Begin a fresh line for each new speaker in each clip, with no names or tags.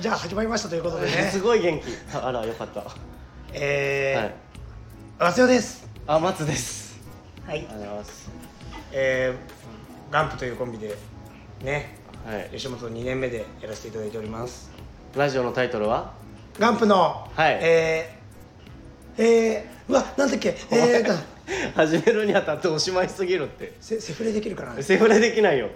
じゃあ始まりましたということでね
す。ごい元気あらよかったは
え
い
ー、わせよです。
あ松です
はい
ありがとうございます
えー、ガンプというコンビでね、
はい
吉本2年目でやらせていただいております。
ラジオのタイトルは
ガンプの、
はい
えー、えー、うわ、なんだっけ、えーと、
始めるにあたっておしまいすぎるって
セセフレできるかな
セフレできないよ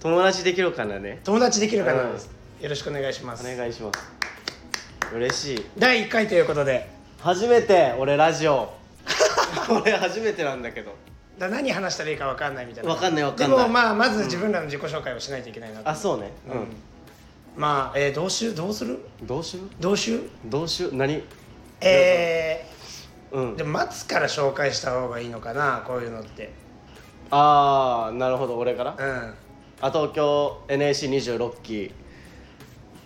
友達できるかなね
友達できるかな、
うん
よろしくお願いします。
お願いします嬉しい
第1回ということで、
初めて俺ラジオ 俺初めてなんだけど
だ何話したらいいか分かんないみたいな。
わかんないわかんない
でもまあ、まず自分らの自己紹介をしないといけないなと
あそうね
うんまあ、えー、どうしゅどうする
うんどうしよ
どうしゅ
うどうしよう何
え
う
ー、
ん
でも待つから紹介した方がいいのかなこういうのって
ああなるほど俺から
うん
あ東京 NAC26 期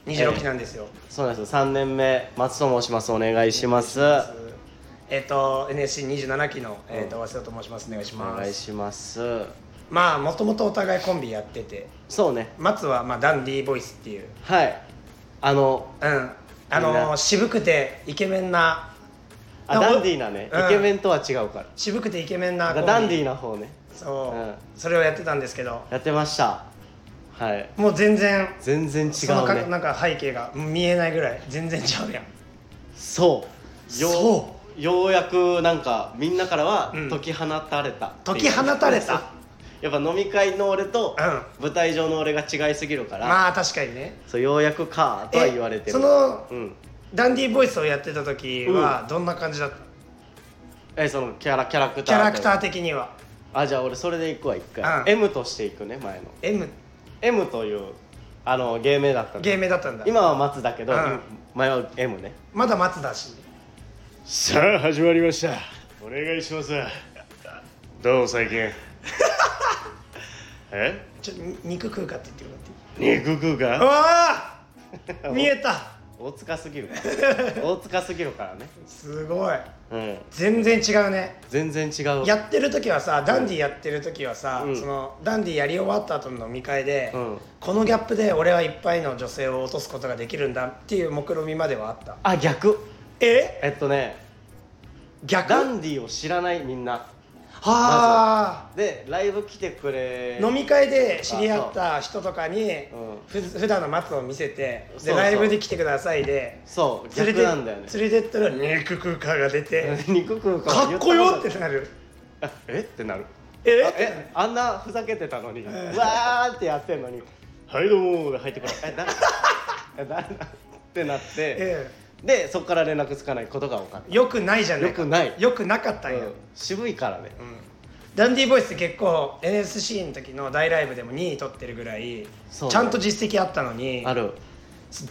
26期なんですよ、
そうなんですよ3年目松と申しますお願いします
えっ、と NSC27 期の、えー、と早稲田と申しますお願いし
お
ます
願いします
まあもともとお互いコンビやってて
そうね
松は、まあ、ダンディーボイスっていう
はいあの
うんあの
いい
ー、
な
渋くてイケメンな
あ
な
ダンディーなね、
うん
イケメンとは違うから
渋くてイケメンな
だ
コ
か
ン
ら
ビ
ダンディーな方ね
そう、
うん
それをやってたんですけど
やってましたはい
もう全然
全然違
そのか
う
な
ね
んか背景が見えないぐらい全然ちゃうやん
そうよ
そう
ようやくなんかみんなからは
うん
解き放たれたってい
解
う、
き放たれた
やっぱ飲み会の俺と
う
舞台上の俺が違いすぎるから、
まあ確かにね
そうようやくかとは言われて
え
る
その
うん
ダンディーボイスをやってた時はどんな感じだった、
えそのキャラキャラクター
キャラクタ
ー
ー的には
あじゃあ俺それでいくわ一回、
うん
M としていくね前の
M
M というあの芸名だったの
芸名だったんだ
今は松だけど、
うん
前は M ね
まだ松だし
さあ始まりましたお願いしますどう最 近え
ちょに肉食うかって言ってもらっていい
肉食う
うわあ見えた
大塚すぎる大塚すぎるからね
すごい
うん
全然違うね
全然違う
やってる時はさダンディーやってる時はさ、
うん
そのダンディーやり終わった後の飲み会で、
うん
このギャップで俺はいっぱいの女性を落とすことができるんだっていう目論見みまではあった
あ逆
え
えっとね
逆
ダンディーを知らないみんな
はあ、
でライブ来てくれ
飲み会で知り合った人とかに
うん
ふ普段の松を見せてで
そうそう
ライブで来てくださいで
そう
連れ
逆
て
なんだよね
連れてったら肉食うかが出て
肉食うから
か
言
ったこ
と
よ
な
ってなる
あえってなる
え
あえあんなふざけてたのに、
ん
わーってやってんのに「はいどうも」で入ってこないえなえななってなって、
え
でそこから連絡つかないことが多かっ
えよくないじゃない
よくない
よくなかった
た、
んや、
うん渋いからね、
ダンディーボイスって結構 NSC の時の大ライブでも2位取ってるぐらいち
そう
ゃんと実績あったのに
ある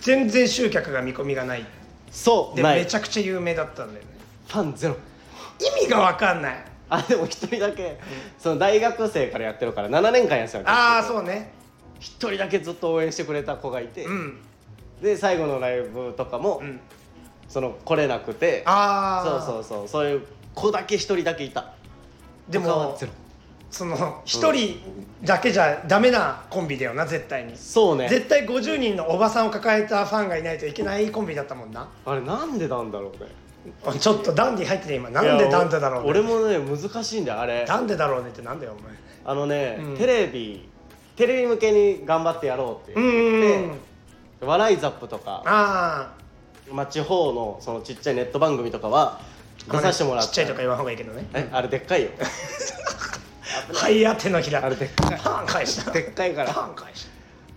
全然集客が見込みがない
そう
で
ない
めち
フ
ゃくちゃ有名だったんだよね
ァンゼロ
意味が分かんない
あでも一人だけ、その大学生からやってるから7年間やってたわけ
ああ
う
そうね
一人だけずっと応援してくれた子がいて、
うん
で最後のライブとかも、
うん
その来れなくて
あ
そう
あ
そうそうそういう子だけ一人だけいた
で
他は
も
ゼロ
その一人だけじゃダメなコンビだよな絶対に、
そうね
絶対50人のおばさんを抱えたファンがいないといけないコンビだったもんな
あれなんでなんだろうね
ちょっとダンディ入ってて今なんでダンデだろう
い
ね
や俺もね難しいんだよあれ
なんでだろうねってなんだよお前
あのね、
うん
テレビテレビ向けに頑張ってやろうって
うん
言
うんう
っ
ん
て「笑いザップ」とか、
あ
まあ、地方のそのちっちゃいネット番組とかは
あ
出させてもらっ
ちっちゃいとか言わん方がいいけどね
えあれでっ かいよ
はい当てのひら
あれでっかい
パン返した
でっかいから
パン返し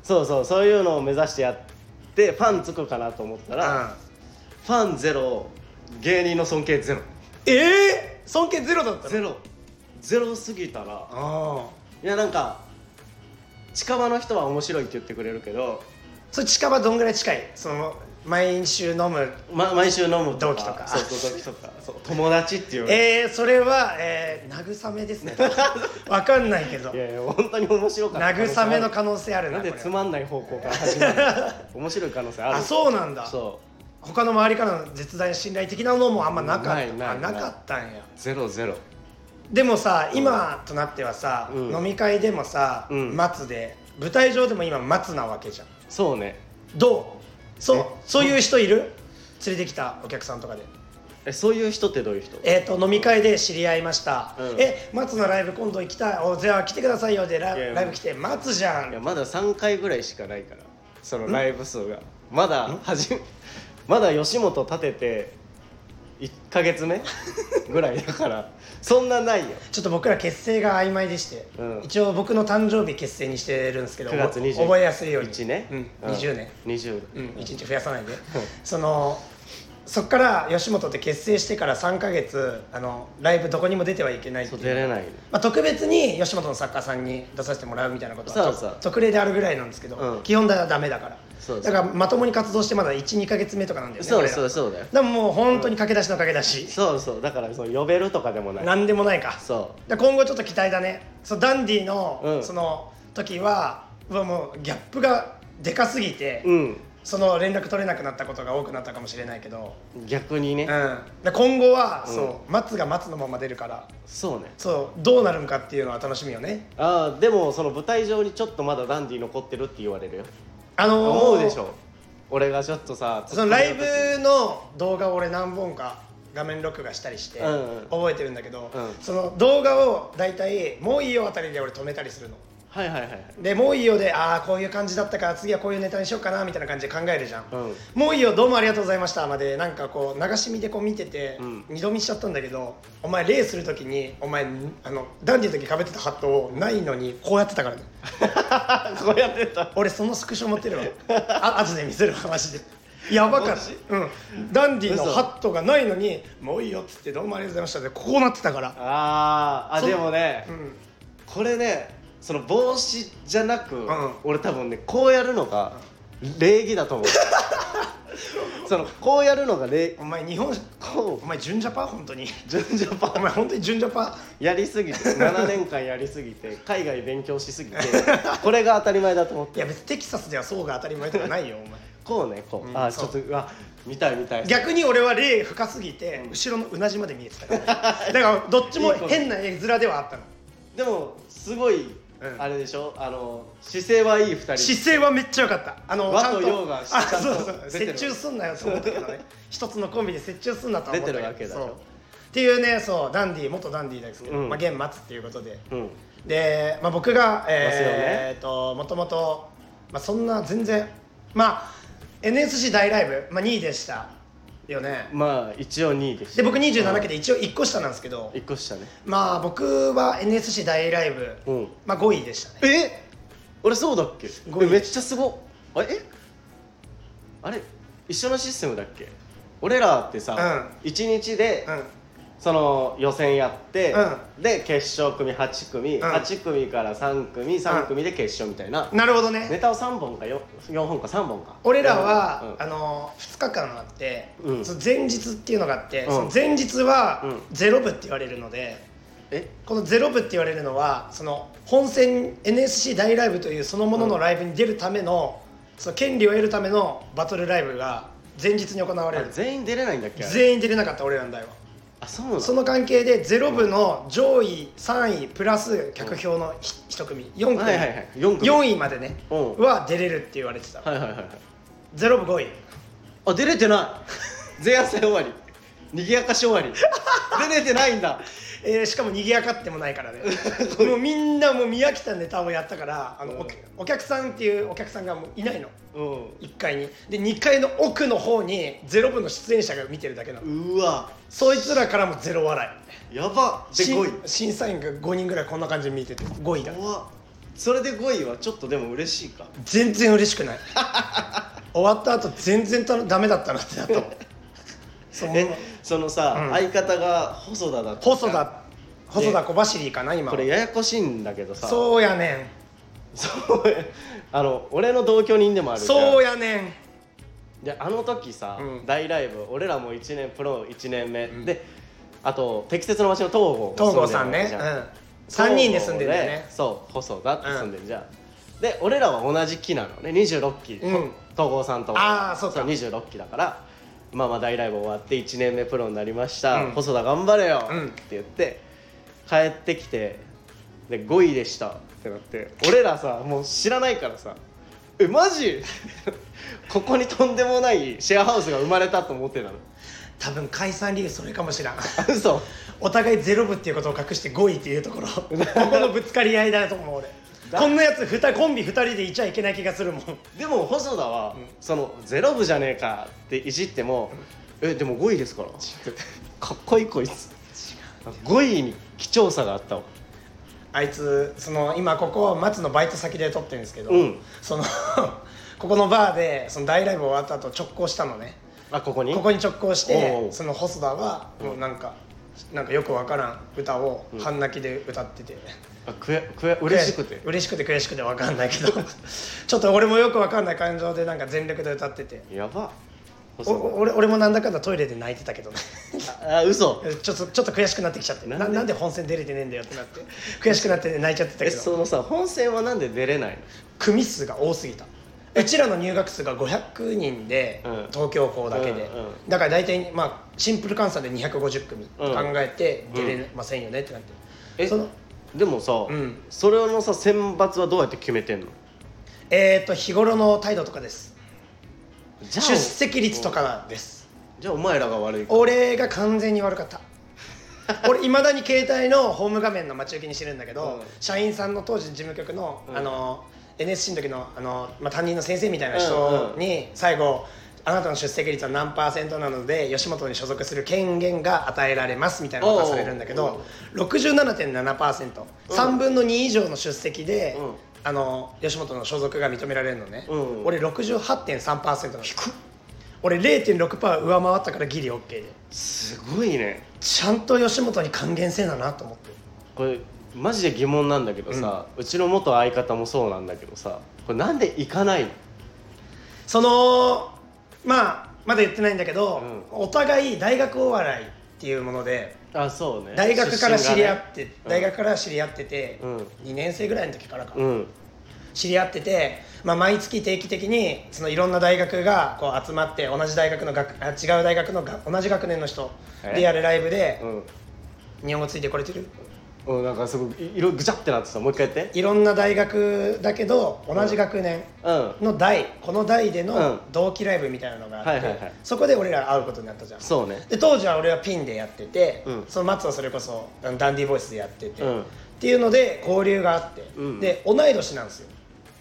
そうそうそういうのを目指してやってファンつくかなと思った
た
ら、ファンゼロ芸人の尊敬ゼロ
うんええ尊敬ゼロだったの
ゼロゼロすぎたら
ああ
いやなんか近場の人は面白いって言ってくれるけど
それ近場どんぐらい近いその毎週飲む
ま、毎週飲む
同期とか
そうそう同期とかそう友達っていう、
えー、それは、えー、慰め ですねわかんないけど
いやいや本当に面白かった
慰めの可能性あるな
なんで
これ
つまんない方向から始まるの面白い可能性ある
あそうなんだ
そ
他の周りからの絶大な信頼的なのもあんまなかった
ないない
あ
ない
なかったんや
うゼロゼロ
でもさ今となってはさ、
うん
飲み会でもさ、
うん
松で舞台上でも今松なわけじゃん
そうね
どうそう
え
そういう人いる連れてきたお客さんとかで
えそういう人ってどういう人
えー、と飲み会で知り合いました、
うん
え松のライブ今度行きたいおじゃあ来てくださいよでラ
いやいや
ライブ来て松じゃ
いや
ん
まだ3回ぐらいしかないからそのライブ数がまだ始めまだ吉本立てて1ヶ 月目ぐらいだからそんなないよ
ちょっと僕ら結成が曖昧でして、
うん
一応僕の誕生日結成にしてるんですけど
9月21
覚えやすいように
ね、
うん、20年、
20
うん、1日増やさないで、そのそっから吉本って結成してから3ヶ月あのライブどこにも出てはいけないって
そう
い
出
う
れないね
まあ、特別に吉本の作家さんに出させてもらうみたいなこと
そ
は
うそう
特例であるぐらいなんですけど、
うん
基本だダメだから
そうそ
だ
う
からまともに活動してまだ12か月目とかなんだよね
そう
俺ら
そうそうだよ
でももう本当に駆け出しの駆け出し、
そうそうだからその呼べるとかでもない
なんでもないか
そ
だから今後ちょっと期待だねそうダンディの、
うん
その時はうわもうギャップがでかすぎて、
ううん
その連絡取れなくなったことが多くなったかもしれないけど、
逆に
う
ね、
ん、で今後は、
うん
そう松が松のまま出るから
そうね
そうどうなるんかっていうのは楽しみよね
ああでもその舞台上にちょっとまだダンディ残ってるって言われるよ
あのー
思うでしょ俺がちょっとさ
そのライブの動画を俺何本か画面録画したりして
うんうん
覚えてるんだけど、
うん
その動画を大体「もういいよ」あたりで俺止めたりするの
はいはいはいはい
で「もういいよ」で「ああこういう感じだったから次はこういうネタにしようかな」みたいな感じで考えるじゃん「
うん
もういいよどうもありがとうございました」までなんかこう流し見でこう見てて、
うん
二度見しちゃったんだけどお前礼する時にお前あのダンディの時かぶってたハットをないのにこうやってたからね
こうやってた
俺そのスクショ持ってる わあ後で見せるわマジでやばかった、うん、ダンディの
嘘
ハットがないのに「もういいよ」っつって「どうもありがとうございました」でこうなってたから、
あーあ
そう
でもね、
うん、
これねその帽子じゃなく、
ん
俺多分ねこうやるのが礼儀だと思う そのこうやるのが礼
お前日本
こ
お前純ジャパ本当に
う順序パ
お前本当に純ジャパ
やりすぎて7年間やりすぎて海外勉強しすぎてこれが当たり前だと思って
いや別にテキサスではそうが当たり前とかないよお前
こうねこう、
うん
あーち
そ
ょ
う
っとうわ見たい見たい
逆に俺は例深すぎて後ろのうなじまで見えてたから、だからどっちも変な絵面ではあったの
でもすごい、
うん
あれでしょあの姿勢はいい2人
姿勢はめっちゃ良かったあの
和
ちゃん
と洋が
あ
ちゃんと
そうそう
出てる
折衷すんなよと思ったけどね一つのコンビで折衷すんなとは思ったけど
出てるわけだ
そう
よ
っていうねそうダンディ元ダンディですけど、
うん
まあ、現松っていうことで
うん
で、まあ、僕が
ますよね
えーっともともと、まあ、そんな全然まあ NSC 大ライブ、まあ、2位でしたよね
まあ一応2位でした
で僕27期で一応1個下なんですけど、
1個したね
まあ僕は NSC 大ライブ、
うん
まあ、5位でしたね
え俺そうだっけ
ごい
えめっちゃすごあれえあれ一緒のシステムだっけ俺らってさ、一日で、
うん
その予選やって、で決勝組8組、
ん
八8組から3組3組で決勝みたいな、
なるほどね
ネタを3本か 4, 四本か3本か
俺らは、
うん
あの2日間あって、
うん
その前日っていうのがあって、
うん
その前日は
うん
ゼロ部って言われるので、
え
このゼロ部って言われるのはその本戦 NSC 大ライブというそのもののライブに出るための,、その権利を得るためのバトルライブが前日に行われ
あ
る
全員出れないんだっけあれ
全員出れなかった俺らの代は
あそうなの
その関係でゼロ部の上位3位プラス客票の1組4組、
はいはいはい4組
4位までね、
うん
は出れるって言われてた、
はいはいはいはい
ゼロ部5位
あ出れてない 前夜祭終わりにぎやかし終わ り出れてないんだ
えーしかも賑やかってもない からねもうみんなもう見飽きたネタをやったからあの、お客お客さんっていうお客さんがもういないの
うん
1階にで2階の奥の方にゼロ部の出演者が見てるだけなの
うわ
そいつらからもゼロ笑
やば
い
で
しん
5位
審査員が5人ぐらいこんな感じで見てて5位だ
怖っそれで5位はちょっとでも嬉しいか
全然嬉しくない終わった後全然たのダメだったなってな ったもんその
えそのさ、
うん
相方が細田だった
細田細田小走りかな今は
これややこしいんだけどさう
そうやね
そう あの俺の同居人でもあ
ん
るじゃん
そうやねん
であの時さ、
うん
大ライブ俺らも1年プロ1年目、
ん
であと適切な場所の東郷
東郷さんね、
住
うんん、
でるわけじゃん
3人で住んでんだよね
そう細田って住んでるじゃん、で俺らは同じ期なのね26期、
うん
東郷さんと
あーそうか
26期だからまあまあ大ライブ終わって1年目プロになりました、
うん
細田頑張れよ、
うん
って言って帰ってきてで5位でしたってなって俺らさもう知らないからさえマジ ここにとんでもないシェアハウスが生まれたと思ってたの
多分解散理由それかもしらん
あ嘘
お互いゼロ部っていうことを隠して5位っていうとこ ろここのぶつかり合いだと思う俺
だ
こんなやつ2コンビ2人でいちゃいけない気がするもん
でも細田は、その「ゼロ部じゃねえか」っていじっても「えでも5位ですから」かっこいいこいつ5位に貴重さがあったわ
あいつその今ここ松のバイト先で撮ってるんですけど、
うん
その ここのバーでその大ライブ終わった後直行したのね
あここに
ここに直行し
おうお
て
う
その細田はもうなんか、なんかよくわからん歌を
うん
半泣きで歌ってて、
あくやくや嬉しくて
嬉しくて悔しくてわかんないけど ちょっと俺もよくわかんない感情でなんか全力で歌ってて
やば
お
細
お俺俺もなんだかんだトイレで泣いてたけど ね
田ああ嘘
ちょっとちょっと悔しくなってきちゃって
な
なん
で
なんで本戦出れてねえんだよってなって悔しくなって泣いちゃってた
え
けど
そのさ本戦はなんで出れない
組数が多すぎたうちらの入学数が500人で、
うん
東京校だけで、
うんうん
だから大体、まあ、シンプル換算で250組考
うん
えて出れませんよねってなって、
の
その
でもさ、
うん
それのさ選抜はどうやって決めてんの
えっ、と日頃の態度とかです
じ
出席率とかです
じゃあお前らが悪いから
俺が完全に悪 かった俺いまだに携帯のホーム画面の待ち受けにしてるんだけど、
うん
社員さんの当時事務局の、
うん
あの NSC の時のあの、まあ、担任の先生みたいな人に最後「あなたの出席率は何パーセントなので吉本に所属する権限が与えられます」みたいなことがされるんだけど、
うん
67.7%3 分の2以上の出席で、
うん
あの吉本の所属が認められるのね、
うんうん
俺68.3%なの低俺0.6%上回ったからギリ OK です
ごいね
ちゃんと吉本に還元せななと思って
これマジで疑問なんだけどさ、うちの元相方もそうなんだけどさこれなんで行かないの
そのまあまだ言ってないんだけど、
うん
お互い大学お笑いっていうもので
あそうね
大学から知り合って、
出身がね
大学から知り合ってて、
うん
2年生ぐらいの時からか、
うん
知り合ってて、まあ、毎月定期的にそのいろんな大学がこう集まって同じ大学の学あ違う大学のが同じ学年の人
え
でやるライブで
う、ん
日本語ついてこれてる
うん、なんかすごいい色ぐちゃってなってさもう一回やって
いろんな大学だけど同じ学年
うん
の代この代で
うん
の同期ライブみたいなのがあって、
はいはいはい
そこで俺ら会うことになったじゃん
そうね
で当時は俺はピンでやってて、
うん
その松はそれこそあのダンディーボイスでやってて、
うん
っていうので交流があって、
うん
で同い年なんですよ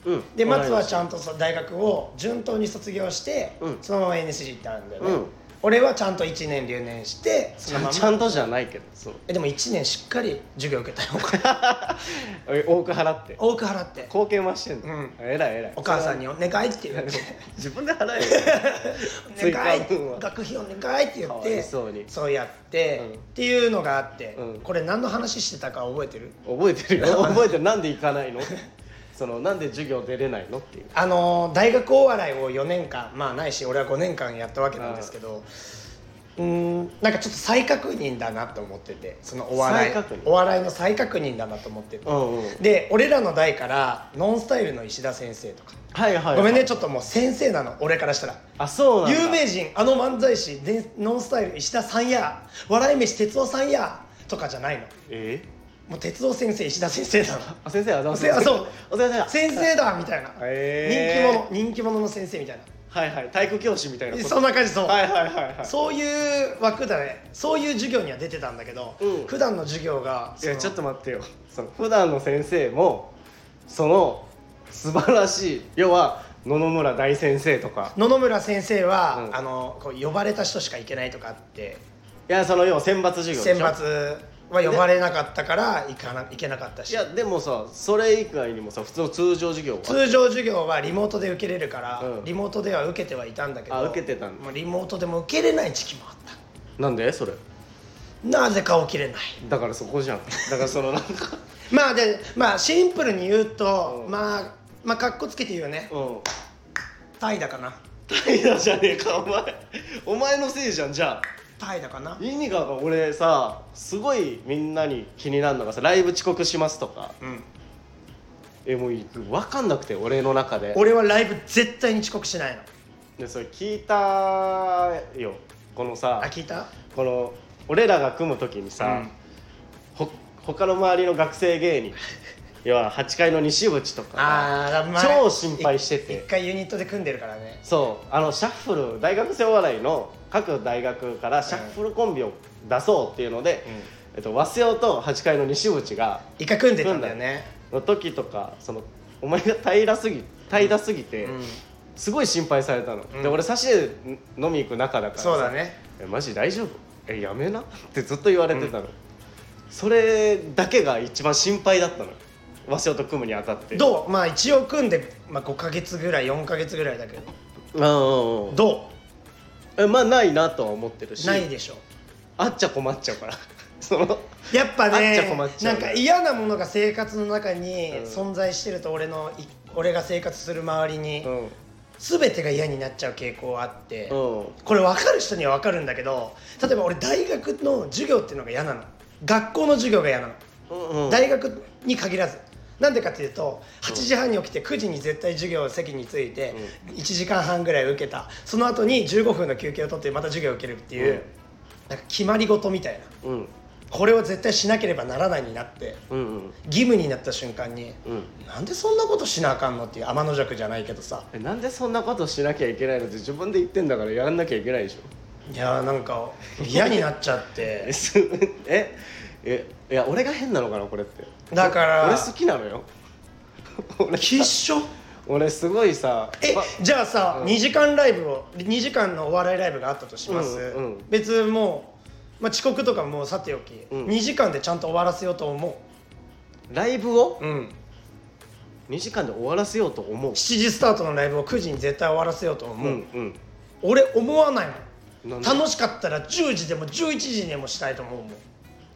うん
で松は
ち
ちゃんとその大学を順当に卒業して、
うん
そのまま NSG 行ったんだよね、
うん
俺はちゃんと1年留年してそ
ち
のま
ゃ
ま
ちゃんとじゃないけどそう
えでも1年しっかり授業受けたよ
え多く払って
多く払って
貢献はしてんの、
うん
えらいえらい
お母さんに「お願い」って言って
自分で 払え
「お
よ
願い
追加分は」
学費お願いって言
か
っ
わい
て
そうに
そうやって、
うん
っていうのがあって、
うん
これ何の話してたか覚えてる
覚えてるよ覚えてるなんで行かないのそのなんで授業出れないのっていう
あの大学お笑いを4年間まあないし俺は5年間やったわけなんですけどうーんなんかちょっと再確認だなと思っててそのお笑い
再確認
お笑いの再確認だなと思ってて、
うんうん
で俺らの代からノンスタイルの石田先生とか、
はいはい、はい、
ごめんね
ょ
ちょっともう先生なの俺からしたら
あそうなんだ
有名人あの漫才師でノンスタイル石田さんや笑い飯哲夫さんやとかじゃないの
え
もう哲夫先生石田先生なの
あ先 生あどうも
せあそう
お先生だ
先生だみたいな、
へ
人気
ー
者人気者の先生みたいな
はいはい体育教師みたいなこと
そんな感じそう、
はいはいはいはい
そういう枠だねそういう授業には出てたんだけど、
うん
普段の授業が
いや
その
ちょっと待ってよその普段の先生もその素晴らしい要は野々村大先生とか
野々村先生は、
うん
あのこう呼ばれた人しか行けないとかあって
いやその要は選抜授業でしょ
選抜は呼ばれなかったから行かな行けなかった
い
し
やでもさそれ以外にもさ普通の通常授業は
通常授業はリモートで受けれるから、
うん
リモートでは受けてはいたんだけど
あ受けてたんだ
もうリモートでも受けれない時期もあった
なんでそれ
なぜか起きれない
だからそこじゃんだからそのなんか
まあでまあシンプルに言うと、
うん
まあまあかっこつけて言うよね
うん
怠惰かな
平じゃねえかお前お前のせいじゃんじゃあ
怠惰かな
意味が俺さすごいみんなに気になるのがさライブ遅刻しますとか
うん
えもう分かんなくて俺の中で
俺はライブ絶対に遅刻しないの
でそれ聞いたよこの
あ
さ
聞いた
この俺らが組む時にさ、
うん
ほ他の周りの学生芸人要は8階の西口とかが
あーだから
超心配して
一
て
回ユニットで組んでるからね
そうあのシャッフル大学生お笑いの各大学からシャッフルコンビを出そうっていうので、えっと、早稲尾と8階の西口が
一回組んでたんだよね
の時とかそのお前が平らすぎ平らすぎて、
うん
すごい心配されたの、
うん
で俺差しで飲み行く仲だからさ
そうだね
えマジ大丈夫えやめなってずっと言われてたの、それだけが一番心配だったの鷲尾と組むにあたって
どうまあ一応組んで、まあ、5か月ぐらい4か月ぐらいだけど
うんうんうん
ど
えまあないなとは思ってる
う
し
ないでしょ
あっちゃ困っちゃうから その
やっぱ
あっち
ね
ゃ困っちゃ
な
うん
か嫌なものが生活の中に
うん
存在してると俺のい俺が生活する周りに
うん
全てが嫌になっちゃう傾向あって
うん
これ分かる人には分かるんだけど例えば俺大学の授業っていうのが嫌なの学校の授業が嫌なの
うんうん
大学に限らずなんでかっていうと8時半に起きて9時に絶対授業席に着いて1時間半ぐらい受けたその後に15分の休憩を取ってまた授業を受けるっていう、
うん
なんか決まり事みたいな
うん
これを絶対しなければならないになって
うんうん
義務になった瞬間に、
うん
なんでそんなことしなあかんのっていう天の弱じゃないけどさ
えなんでそんなことしなきゃいけないのって自分で言ってんだからやんなきゃいけないでしょ
いやーなんか嫌になっちゃっ
え
て
すええいや俺が変なのかなこれって
だから
俺好きなのよ俺
必勝
俺すごいさ
え
ま
じゃあさ、
うん
2時間ライブを2時間のお笑いライブがあったとします、
うんうん
別にもう、まあ、遅刻とかもうさておき、
うん
2時間でちゃんと終わらせようと思
ライブを
う、うん、
2時間で終わらせようと思う
7時スタートのライブを9時に絶対終わらせようと
う
思う、
ん
俺思わない
な
も
ん
ん
で
楽しかったら10時でも11時でもしたいと思うもん
い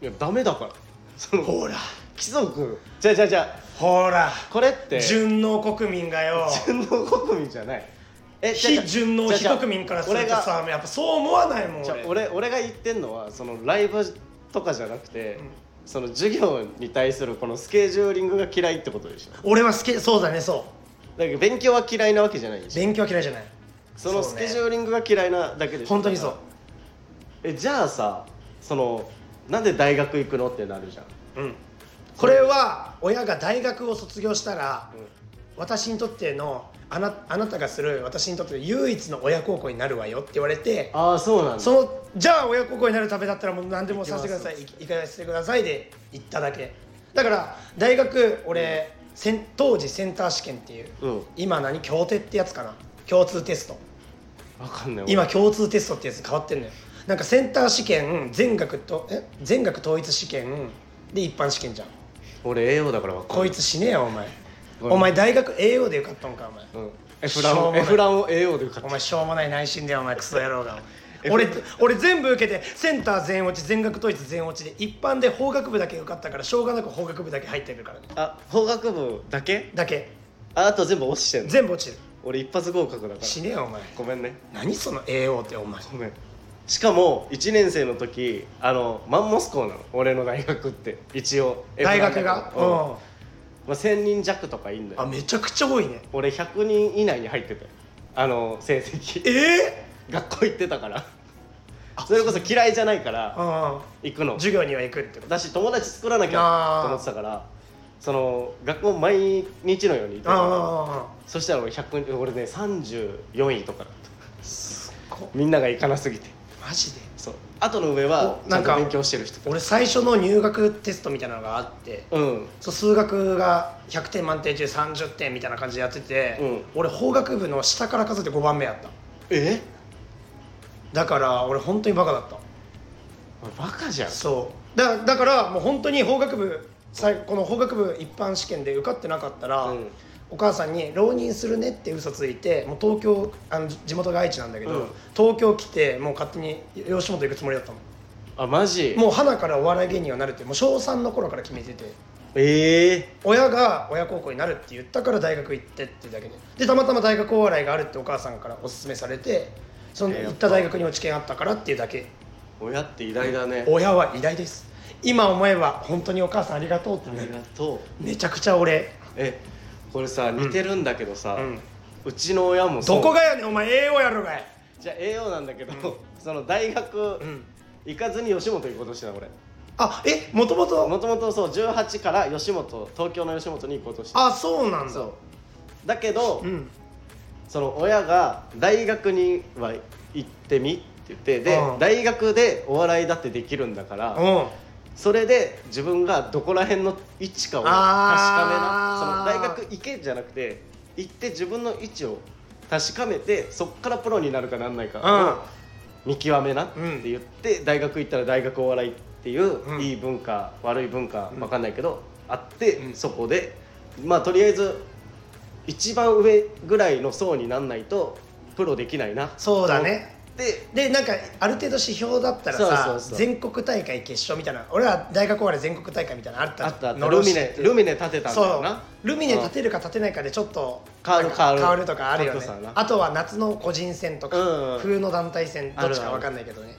やダメだからその
ほら
貴族じゃあじゃあじゃ
ほら
あこれって
順応国民がよ
順応国民じゃない えじゃあ
非順応
じゃあ
非国民からすると
俺が
さやっぱそう思わないもん
じゃあ
俺
俺俺が言ってんのはそのライブとかじゃなくて、その授業に対するこのスケジューリングが嫌いってことでしょ
俺は好きそうだねそ
だけど勉強は嫌いなわけじゃないで
う
しょ
勉強は嫌いじゃない
そのスケジュ
ー
ーリングが嫌いなだけでしょ
本当にそう
えじゃあさそのなんで大学行くのってなるじゃん、
うん、これは親が大学を卒業したら、私にとってのあなあなたがする私にとっての唯一の親孝行になるわよって言われて
ああそうなんだ
そのじゃあ親孝行になるためだったらもう何でもさせてください
行
行
きます
行かせてくださいで行っただけだから大学俺、せん当時センター試験っていう、
うん
今何協定ってやつかな共通テスト
わかんない
今共通テストってやつ変わってんのよなんかセンター試験全学とえ全学統一試験で一般試験じゃん
俺俺栄養だからわかんな
こいつ死ねよお前
ごめん
お前大学栄養で受かったんかお前
うん、エフラ
しょう
ン
も
を
ない
エフランを栄養で買っ
お
た
前しょうもない内心だよお前クソ野郎が
え
俺俺全部受けてセンター全落ち全学統一全落ちで一般で法学部だけ受かったからしょうがなく法学部だけ入ってるからね
あ法学部だけ
だけ
ああと全部落ちてんの
全部落ちる
俺一発合格だから
死ねよお前
ごめんね
何その栄養ってお前
ごめんしかも1年生の時あのマンモス校なの俺の大学って一応
大学が
うんまあ、1000人弱とかいんだ
うんあ
よ
めちゃくちゃ多いね
俺100人以内に入ってたよあの成績
え
学校行ってたからそれこそ嫌いじゃないから
ー、
行く
うん
の
授業には行くってこと
だし友達作らなきゃと思ってたからその学校毎日のようにいて
あ
そしたら俺100人俺ね34位とかだった
あこ
みんなが行かなすぎて
マジで
そう後の上は
お
ちゃ
なんん
と
か
勉強してる人
俺最初の入学テストみたいなのがあって
うん
そう数学が100点満点中30点みたいな感じでやってて、
うん
俺法学部の下から数えて5番目やった
え
だから俺本当にバカだった
俺バカじゃん
そうだだからもう本当に法学部最この法学部一般試験で受かってなかったら、
うん
お母さんに「浪人するね」って嘘ついてもう東京あのじ地元が愛知なんだけど、
うん
東京来てもう勝手に吉本行くつもりだったの
あマジ
もう花からお笑い芸人はなるってもう小3の頃から決めてて
ええ
親が親孝行になるって言ったから大学行ってっていうだけででたまたま大学お笑いがあるってお母さんからおすすめされてその
えー
行った大学に落ち券あったからっていうだけ
親って偉大だね
親は偉大です今思えば本当にお母さんありがとうって
ありが
ね
とう
めちゃくちゃ俺
えこれさ似てるんだけどさ、う
うん
ちの親もそう
どこがやねんお前栄養やろがい
じゃあ栄養なんだけど、その大学
ん
行かずに吉本行こうとしてた俺
あえもともと
もともとそう18から吉本東京の吉本に行こうとして
あそうなんだ
そううだけど、
ん
その親が大学には行ってみって言ってで、
うん
大学でお笑いだってできるんだから、
うん
それで自分がどこら辺の位置かを確
あー
かめなその大学行けじゃなくて行って自分の位置を確かめてそっからプロになるかなんないかを見極めなって言って、大学行ったら大学お笑いっていう、
うん
いい文化悪い文化
うん
わかんないけど、あって、
うん
そこでまあとりあえず一番上ぐらいの層になんないとプロできないな
そうだね
で
でなんかある程度指標だったら
そう
さ
そうそう
全国大会決勝みたいな俺ら大学終わり全国大会みたいなのあった
あったあった
のろ
ル
し
ミネルミネ立てたんだ
そ
よ
う
な
ルミネ
うん
立てるか立てないかでちょっと
変わる
なん
変わる
変わるとかあるよ
格
ね
差な
あとは夏の個人戦と
うん
か
うん
冬の団体戦どっち
あるあ
か
る
分かんないけどね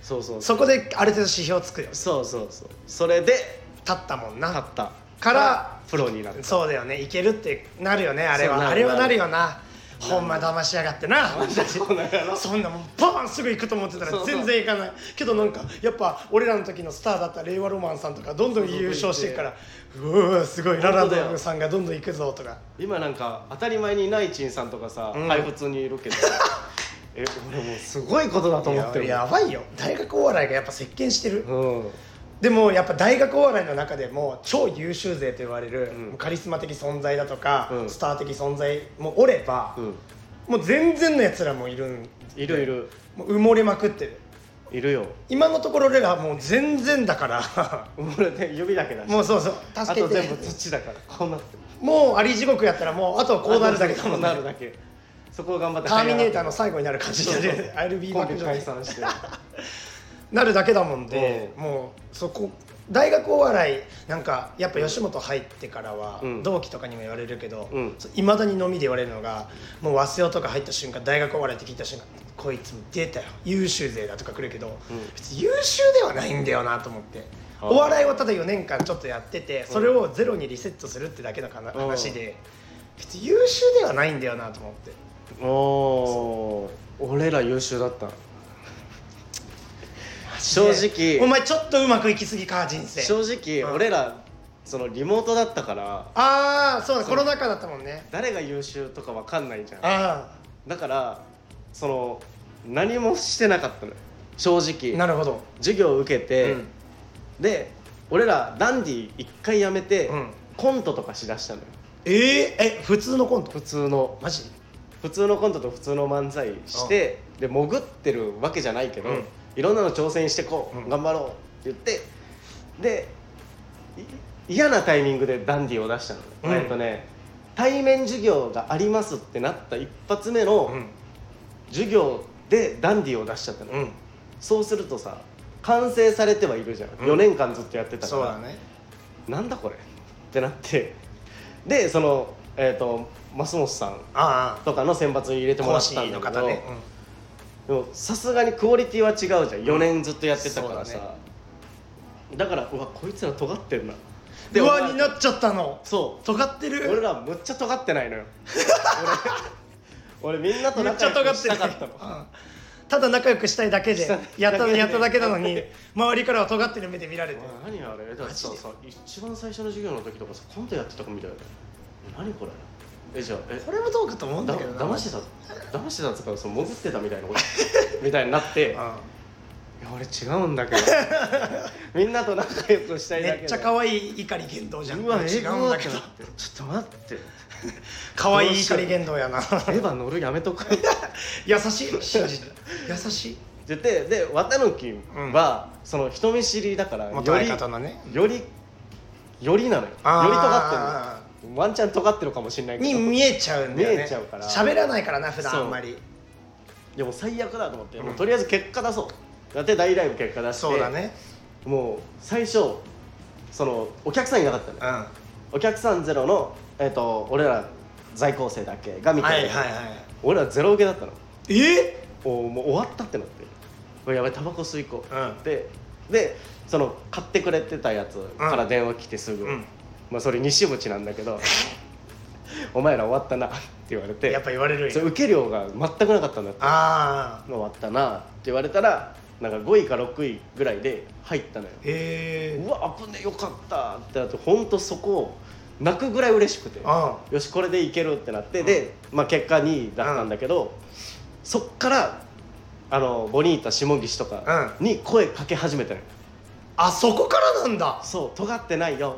そうそう
そこである程度指標つくよ立
そうそうそうそれで
ったもん
勝
な
った
から
プロになる
そうだよねいけるってなるよねあれ
そう
は
なる
あれは
な
な
る
るよなほんま騙しやがってな
そうなんやろ
そんなもんバーンすぐ行くと思ってた
そ
ら
うそう
全然行かないけどなんかやっぱ俺らの時のスターだった令和ロマンさんとかどんどん優勝していくからうわすごいラランドムさんがどんどん行くぞとか
今なんか当たり前にナイチンさんとかさ、
うん
配布にいるけ どえ俺もうすごいことだと思ってる
いややばいよ大学お笑いがやっぱ席巻してる、
うん
でもやっぱ大学お笑いの中でも超優秀勢と言われる、
うん
カリスマ的存在だとか、
うん
スター的存在もおれば、
うん
もう全然のやつらもいるん
いるいる
もう埋もれまくってる
いるよ
今のところ俺らもう全然だから
俺ね指だけだし
もうそうそう
あ
助け
と
て
全部土だからこうなってる
もうあり地獄やったらもうあとはこうなるだけだも
こうんな
ね
るだけそこを頑張って
ターミネータ
ー
ーの最後になる感じで
そうそう
ね RB
コ
バ
ン
ッ
ビ
ク
解 散して
なるだけだもんで、
う
もうそこ大学お笑いなんかやっぱ吉本入ってからは、
うん
同期とかにも言われるけど
うん
いま、未だに飲みで言われるのがもう早稲とか入った瞬間大学お笑いって聞いた瞬間こいつ出たよ優秀勢だとか来るけど、
ん
別に優秀ではないんだよなと思って。
あー
お笑いをただ4年間ちょっとやっててそれをゼロにリセットするってだけのかな
うん
話で別に優秀ではないんだよなと思って
おおー俺ら優秀だった正直
ねお前ちょっとうまくいきすぎか人生
正直、
うん
俺らそのリモートだったから
ああそうだ
そう
コロナ禍だったもんね
誰が優秀とかわかんないじゃん
あ
だからその何もしてなかったのよ正
あ
直
なるほど
授業を受けて、
うん
で俺らダンディ一回やめて、
うん
コントとかしだしたのよ
えー、え普通のコント
普通の
マジ
普通のコントと普通の漫才して、で潜ってるわけじゃないけど、
うん
いろんなの挑戦してこう、
うん
頑張ろうって言ってでい嫌なタイミングでダンディを出したの、
うん
えっとね対面授業がありますってなった一発目の
ん
授業でダンディを出しちゃったの、
うん
そうするとさ完成されてはいるじゃん、
うん
4年間ずっとやってたか
そう
ら
だね
なんだこれってなってでそのえっ、と増本さん
あ
とかの選抜に入れて
あ
もら
講
ったんだ
師
けど
の方ね、
でもさすがにクオリティは違うじゃん4年ずっとやってたから
そうだ
さ、だからうわこいつら尖ってんな
うん、う
お
わ
前
になっちゃったの
そう
尖って
俺
る
らむっちゃ尖ってないのよ俺俺みんなと
めっち
仲
ゃ尖
良く
って
し
る
たかったの
うんただ仲良くしたいだけ
した
で
いだけで
やったやっただけなのに周りからは尖ってる目で見られてる
お前何あれだってさ
マジで
さ一番最初の授業の時とかさコントやってたかみたいだよ何これえじゃあえ
これもどうかと思うんだけどな
だ騙してた騙してたっつうかその潜ってたみたいなことみたいになって いや
うん
俺違うんだけど みんなと仲良くしたいだ
め
け
っちゃ可愛い怒り言動じゃん
うわ
違うんだけど
エヴァってなってちょっと待って
可愛い怒り言動やな
エヴァ乗るやめとくって
優し い信じて優しい
言ってで綿貫は、その人見知りだからよ
元相
り
方のね
よりよりなのよより
あー
尖ってるのワンチャン尖ってるかもしれないけ
に
ど
見えちゃうんだよね
見えちゃうから
喋らないからな普段
そう
あんまり
でも最悪だと思って、
うん
もうとりあえず結果出そうだって大ライブ結果出して
そうだね
もう最初そのお客さんいなかったの
うん
よ
は
お客さんゼロの、えー、と俺ら在校生だけが
い
見て、
はいは
俺らゼロ受けだったの
いえ
おもう終わったってなってうわやばいタバコ吸い行こう、
うん
ででその買ってくれてたやつから電話来てすぐ、
うん
まあ、それ西口なんだけど 「お前ら終わったな」って言われて
やっぱ言われるん
そ
や
れ受け量が全くなかったんだって「
あ
終わったな」って言われたらなんか5位か6位ぐらいで入ったのよ
へえ
うわ危ねよかったってなって本当そこ泣くぐらい嬉しくて
あ
よしこれでいけるってなって、で、まあ、結果2位だったんだけど、そっからあのボニータ下岸とかに声かけ始めたのよ、
あそこからなんだ
そう尖ってないよ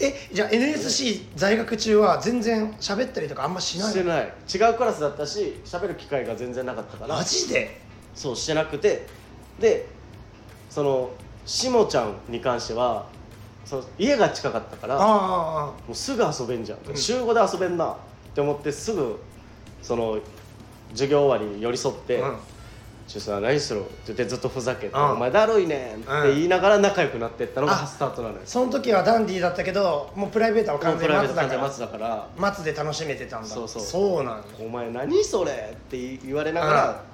えじゃあ NSC 在学中は全然喋ったりとかあんましない
してない違うクラスだったし喋る機会が全然なかったから
マジで
そうしてなくてでそのしもちゃんに関してはその家が近かったから
あ
もうすぐ遊べんじゃん、
うん
週5で遊べんなって思ってすぐその授業終わりに寄り添って「
うん
ちょっとさ何しろ」って言ってずっとふざけて「
うん
お前だるいねん」って言いながら仲良くなってったの
あ
がスタートなのよ
その時はダンディーだったけどもうプライベートは完全に松だ
完
か
全
ら
松だから
松で楽しめてたんだ
そうそう
そうなんだ
「お前何それ」って言われながら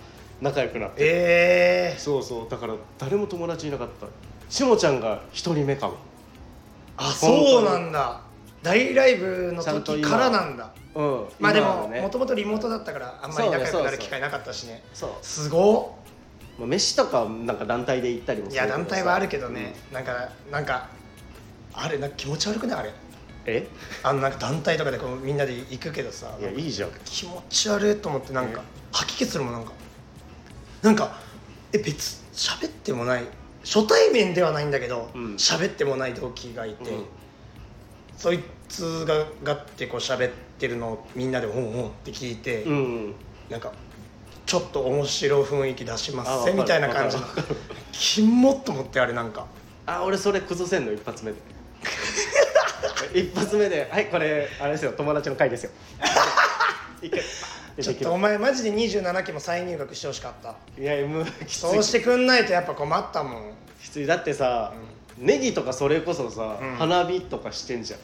仲良くなって
ええ
そうそうだから誰も友達いなかったしもちゃんが一人目かも
あそうなんだ大ライブの
ちゃんと
時
今
からなんだ
うん
まあで
今は
も
ね
もともとリモートだったからあんまり仲良
そ
く
う
なる
ねそうそう
機会なかったしね
そう、
すごっ
まあ、飯とかはなんか団体で行ったりも
い
する
や
けどさ
団体はあるけどね、なんかなんかあれなんか気持ち悪く ないあれ
え
あのなんか団体とかでこうみんなで行くけどさ
いやいいじゃん
気持ち悪いと思ってなんか吐き気するもんなんかなんかえ別喋ってもない初対面ではないんだけど
うん
喋、ってもない同期がいて、
うん
そいつががってこう喋ってるのをみんなで「うんうん」って聞いて、
うんうん
なんかちょっと面白い雰囲気出しま
あわ
す
か
せ
る
みたいな感じ
わかるわかる
キモっと思ってあれなんか
あ俺それ崩せんの一発目 で一発目で「はいこれあれですよ友達の会 ですよ」一回で
ちょ
で
っ
き
とお前マジで27期も再入学してほしかった
るいやもうきつ
そう
い
してくんないとやっぱ困ったもん
きついだってさ、ネギとかそれこそさ、
うん
花火とかしてんじゃん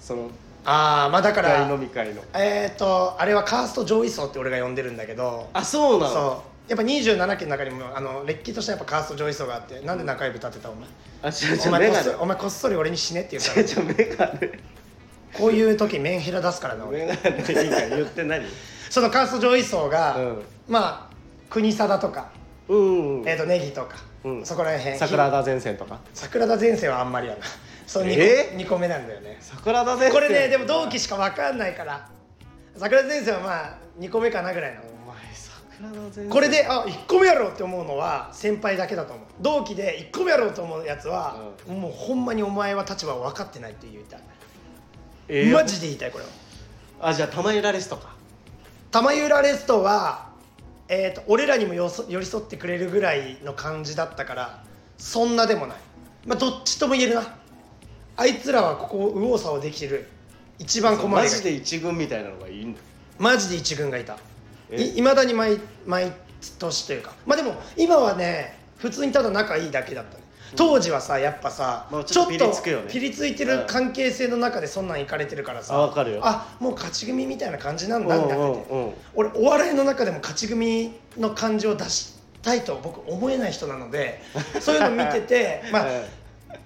その
ああまあだか
大
ら
飲み会の
えっ、とあれはカースト上位層って俺が呼んでるんだけど
あそうなの
そうやっぱ27期の中にもあのれっきとしたやっぱカースト上位層があってなんで中指立てたお 前
あ違う違
お
う
前
メ
こっ
ガ
そ
ネ
りお前こっそり俺に死ねって言うか
違う
ら
違うメガネ
こういう時メンヘラ出すからな俺
メガネいいから言って 何
そのカースト上位層が、
うん
まあ国貞とか、
うん、うん
えー、とネギとか、
うん
そこら辺
桜田前線とか
桜田前世はあんま りやなそう 2, 個
え
二個目なんだよね
桜田前線
これねでも同期しか分かんないから桜田前世はまあ2個目かなぐらいなの
お前桜田前線
これであ1個目やろうって思うのは先輩だけだと思う同期で1個目やろうと思うやつは、もうほんまにお前は立場を分かってないって言いたい、
えー
マジで言いたいこれは
あじゃあ玉井ラレスとか
玉井浦レストは、えー、と俺らにもよそ寄り添ってくれるぐらいの感じだったからそんなでもない、まあ、どっちとも言えるなあいつらはここを右往左往できてる一番困る
マジで一軍みたいなのがいいんだ
マジで一軍がいた
え
いまだに毎毎年というかまあでも今はね普通にただ仲いいだけだったね当時はさやっぱさ、
まあちょっとピリつくよね
ピリついてる関係性の中でそんなんいかれてるからさ
あわかるよ
あもう勝ち組みたいな感じなん
う
だみたいな
うんうん
俺お笑いの中でも勝ち組の感じを出したいと僕思えない人なのでそういうの見て てまあ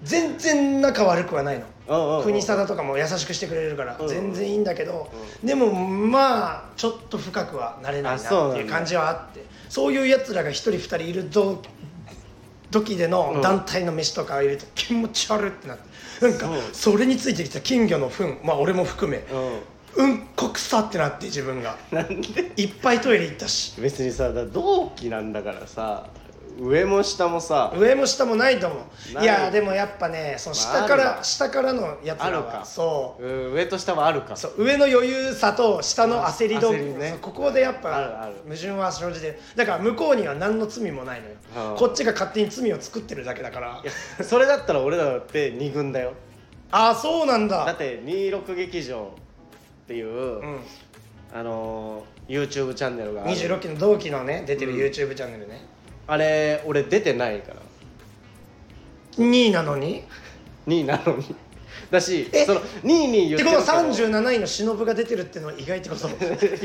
全然仲悪くはないの
うんうんうん
国貞とかも優しくしてくれるから
うんうん
全然いいんだけどでもまあちょっと深くはなれないな
あ
って
そうなんだ
いう感じはあってそういうやつらが一人二人いるぞ時での団体の飯とかいると気持ち悪ってなってなんかそれについてきた金魚の糞まあ俺も含め
う
う
ん
んこくさってなって自分が
なんで
いっぱいトイレ行ったし
別にさだ同期なんだからさ上も下もさ
上も下もないと思う
ない
いやでもやっぱねその
ま
下
あ
から、
ある
下からのやつら
ある
は
か
そう
うん上と下はあるか
そう上の余裕さと下の焦り度、
焦りね
そうここでやっ
あるあ
ぱ
る
矛盾は生じてるだから向こうには何の罪もないのよ、
はあ
こっちが勝手に罪を作ってるだけだから
いやそれだったら俺らだって二軍だよ
ああそうなんだ
だって26劇場っていう、
うん、
あのー、YouTube チャンネルがある
26期の同期のね出てる
うん
YouTube チャンネルね、
あれ俺出てないから
2位なのに
2位なのに だし
え
その2位に言
っ
ってて
こ
る
と
け
は
ど
37位の忍が出てるってのは意外って こと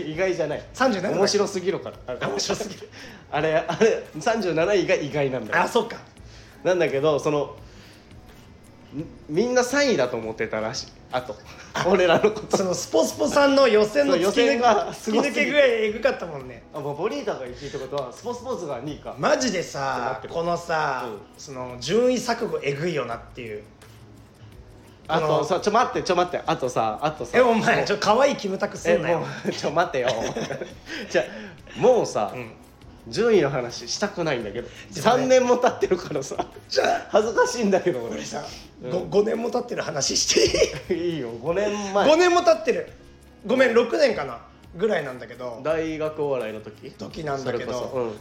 意外じゃない
37だ
面白すぎるから
面白すぎる
あれあれ37位が意外なんだよ
あそうか
なんだけどそのみみんな3位だと思ってたらしいあと 俺らのこと
そのスポスポさんの予選の
そ
突
う
き
予選
抜
が
け
す
突
ご
き
すぎ
抜
て
けぐらいえぐかったもんね
あもうボリータが1位ってことはスポスポーツが2位か
マジで
ってなっ
さ
てる
このさ、
うん
その順位錯誤えぐいよなっていう
あ
あの
とさちょ待ってちょ待ってあとさあとさ
えお前ちょっと可愛いキムタクす
え
んなよ
も、うちょ待てよ じゃもうさ、
うん、
順位の話したくないんだけど
でもね
3年も経ってるからさ
じゃあ
恥ずかしいんだけど俺
俺さ、
うん
ご 5, 年も経ってる話していい
いいよ5年前
5年も経ってるごめん6年かなぐらいなんだけど
大学お笑いの時
時なんだけ
それこ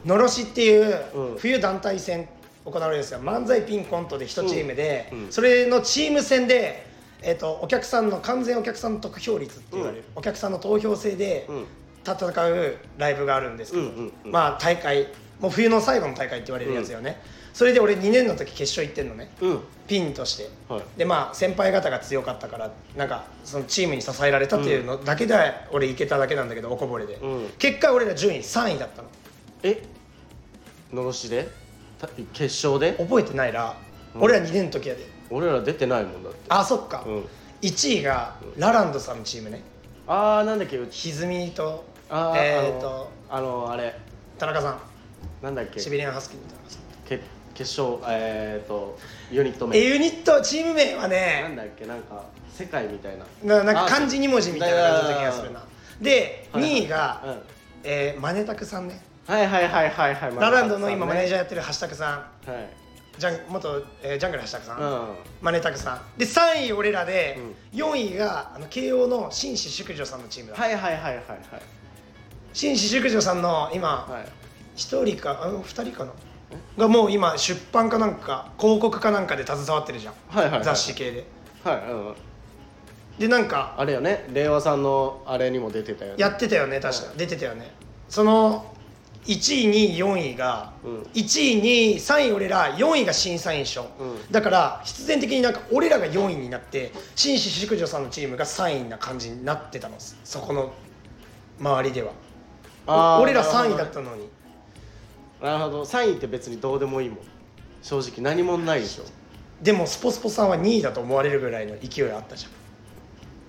どのろしっていう
うん
冬団体戦行われるんですよ漫才ピンコントで1チームで、
うんうん
それのチーム戦で、えっとお客さんの完全お客さんの得票率って言われる、お客さんの投票制で
そうん、うん
戦うライブがあるんですけど、
うんうんうん
まあ大会もう冬の最後の大会って言われるやつよね、それで俺2年の時決勝行ってんのね
うん
ピンとして、
はい
でまあ先輩方が強かったからなんかそのチームに支えられたっていうのだけで俺行けただけなんだけどおこぼれで、
うん
結果俺ら順位3位だったの
えのろしでた決勝で
覚えてないら、
うん
俺ら2年の時やで
俺ら出てないもんだって
あそっか、
うん
1位がラランドさんのチームね
ああなんだっけうち
歪みと
あー
えっ、と
あのあのあれ
田中さん
なんだっけ
シビリアンハスキーの田中さん
け決勝えっ、ー、とユニット名
えユニットチーム名は
なん
ね
だっけなんか世界みたいな
ななんか漢字2文字みたいな感じだった気がするなで
はいはい
2位が、
うん
えーマネタクさんね
はいはいはいはいはい
ラランドの今マネージャー
ャ
やってる橋拓さん
ーはい
ジャン元、えージャングル橋拓さん、
うん
マネタクさんで3位俺らで、
う
4位があの慶応の紳士淑女さんのチームだ、
はいはいはいはいはい
紳士淑女さんの今、
はい
一1人かあの2人かながもう今出版かなんか広告かなんかで携わってるじゃん、
はいはいはい
雑誌系で
はい、うん、
でなんか
あれよね令和さんのあれにも出てたよね
やってたよね確か、出てたよねその1位2位4位が、
うん
1位2位3位俺ら4位が審査員賞、
うん
だから必然的になんか俺らが4位になって紳士淑女さんのチームが3位な感じになってたのそこの周りでは
あー
お俺ら
な
3
るほど
位だったのに
なるほど3位って別にどうでもいいもん正直何もないでしょ
でもスポスポさんは2位だと思われるぐらいの勢いあったじ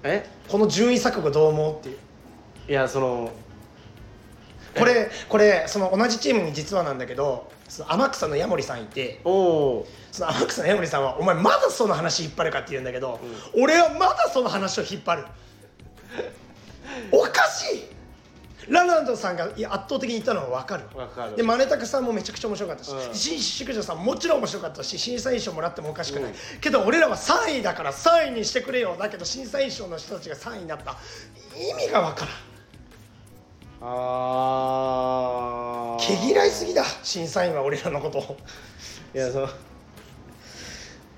ゃん
え
この順位錯誤どう思うっていう
いやその
これこれその同じチームに実はなんだけどその天草の矢守さんいて
おお
その天草の矢守さんは「お前まだその話引っ張るか」って言うんだけど、俺はまだその話を引っ張るおかしいラランドさんがいや圧倒的に言ったのは分かる
わかる
でマネタクさんもめちゃくちゃ面白かったし
うん
紳士淑女さんももちろん面白かったし審査員賞もらってもおかしくない、
うん
けど俺らは3位だから3位にしてくれよだけど審査員賞の人たちが3位になった意味が分からん
あー
毛嫌いすぎだ審査員は俺らのことを
いやその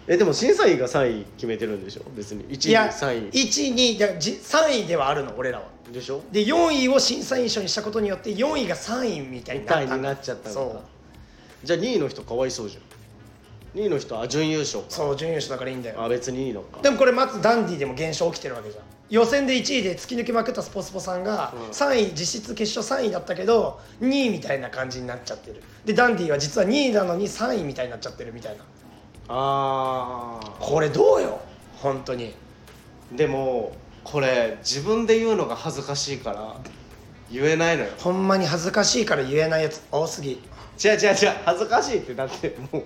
えでも審査員が3位決めてるんでしょ別に1
い
位
や
3
12じゃじ3位ではあるの俺らは
位でしょ
で4位を審査員賞にしたことによって4位が3位みたい
み
になった
たいになっちゃったのか
そう
じゃあ2位の人かわいそうじゃん2位の人は準優勝か
そう準優勝だからいいんだよ
あ別にいいのか
でもこれ松ダンディでも現象起きてるわけじゃん予選で1位で突き抜けまくったスポスポさんが
うん
3位実質決勝3位だったけど2位みたいな感じになっちゃってるでダンディは実は2位なのに3位みたいになっちゃってるみたいな
ああ
これどうよ本当に
でもこれ自分で言うのが恥ずかしいから言えないのよ
ほんまに恥ずかしいから言えないやつ多すぎ
違う違う違う恥ずかしいってだっても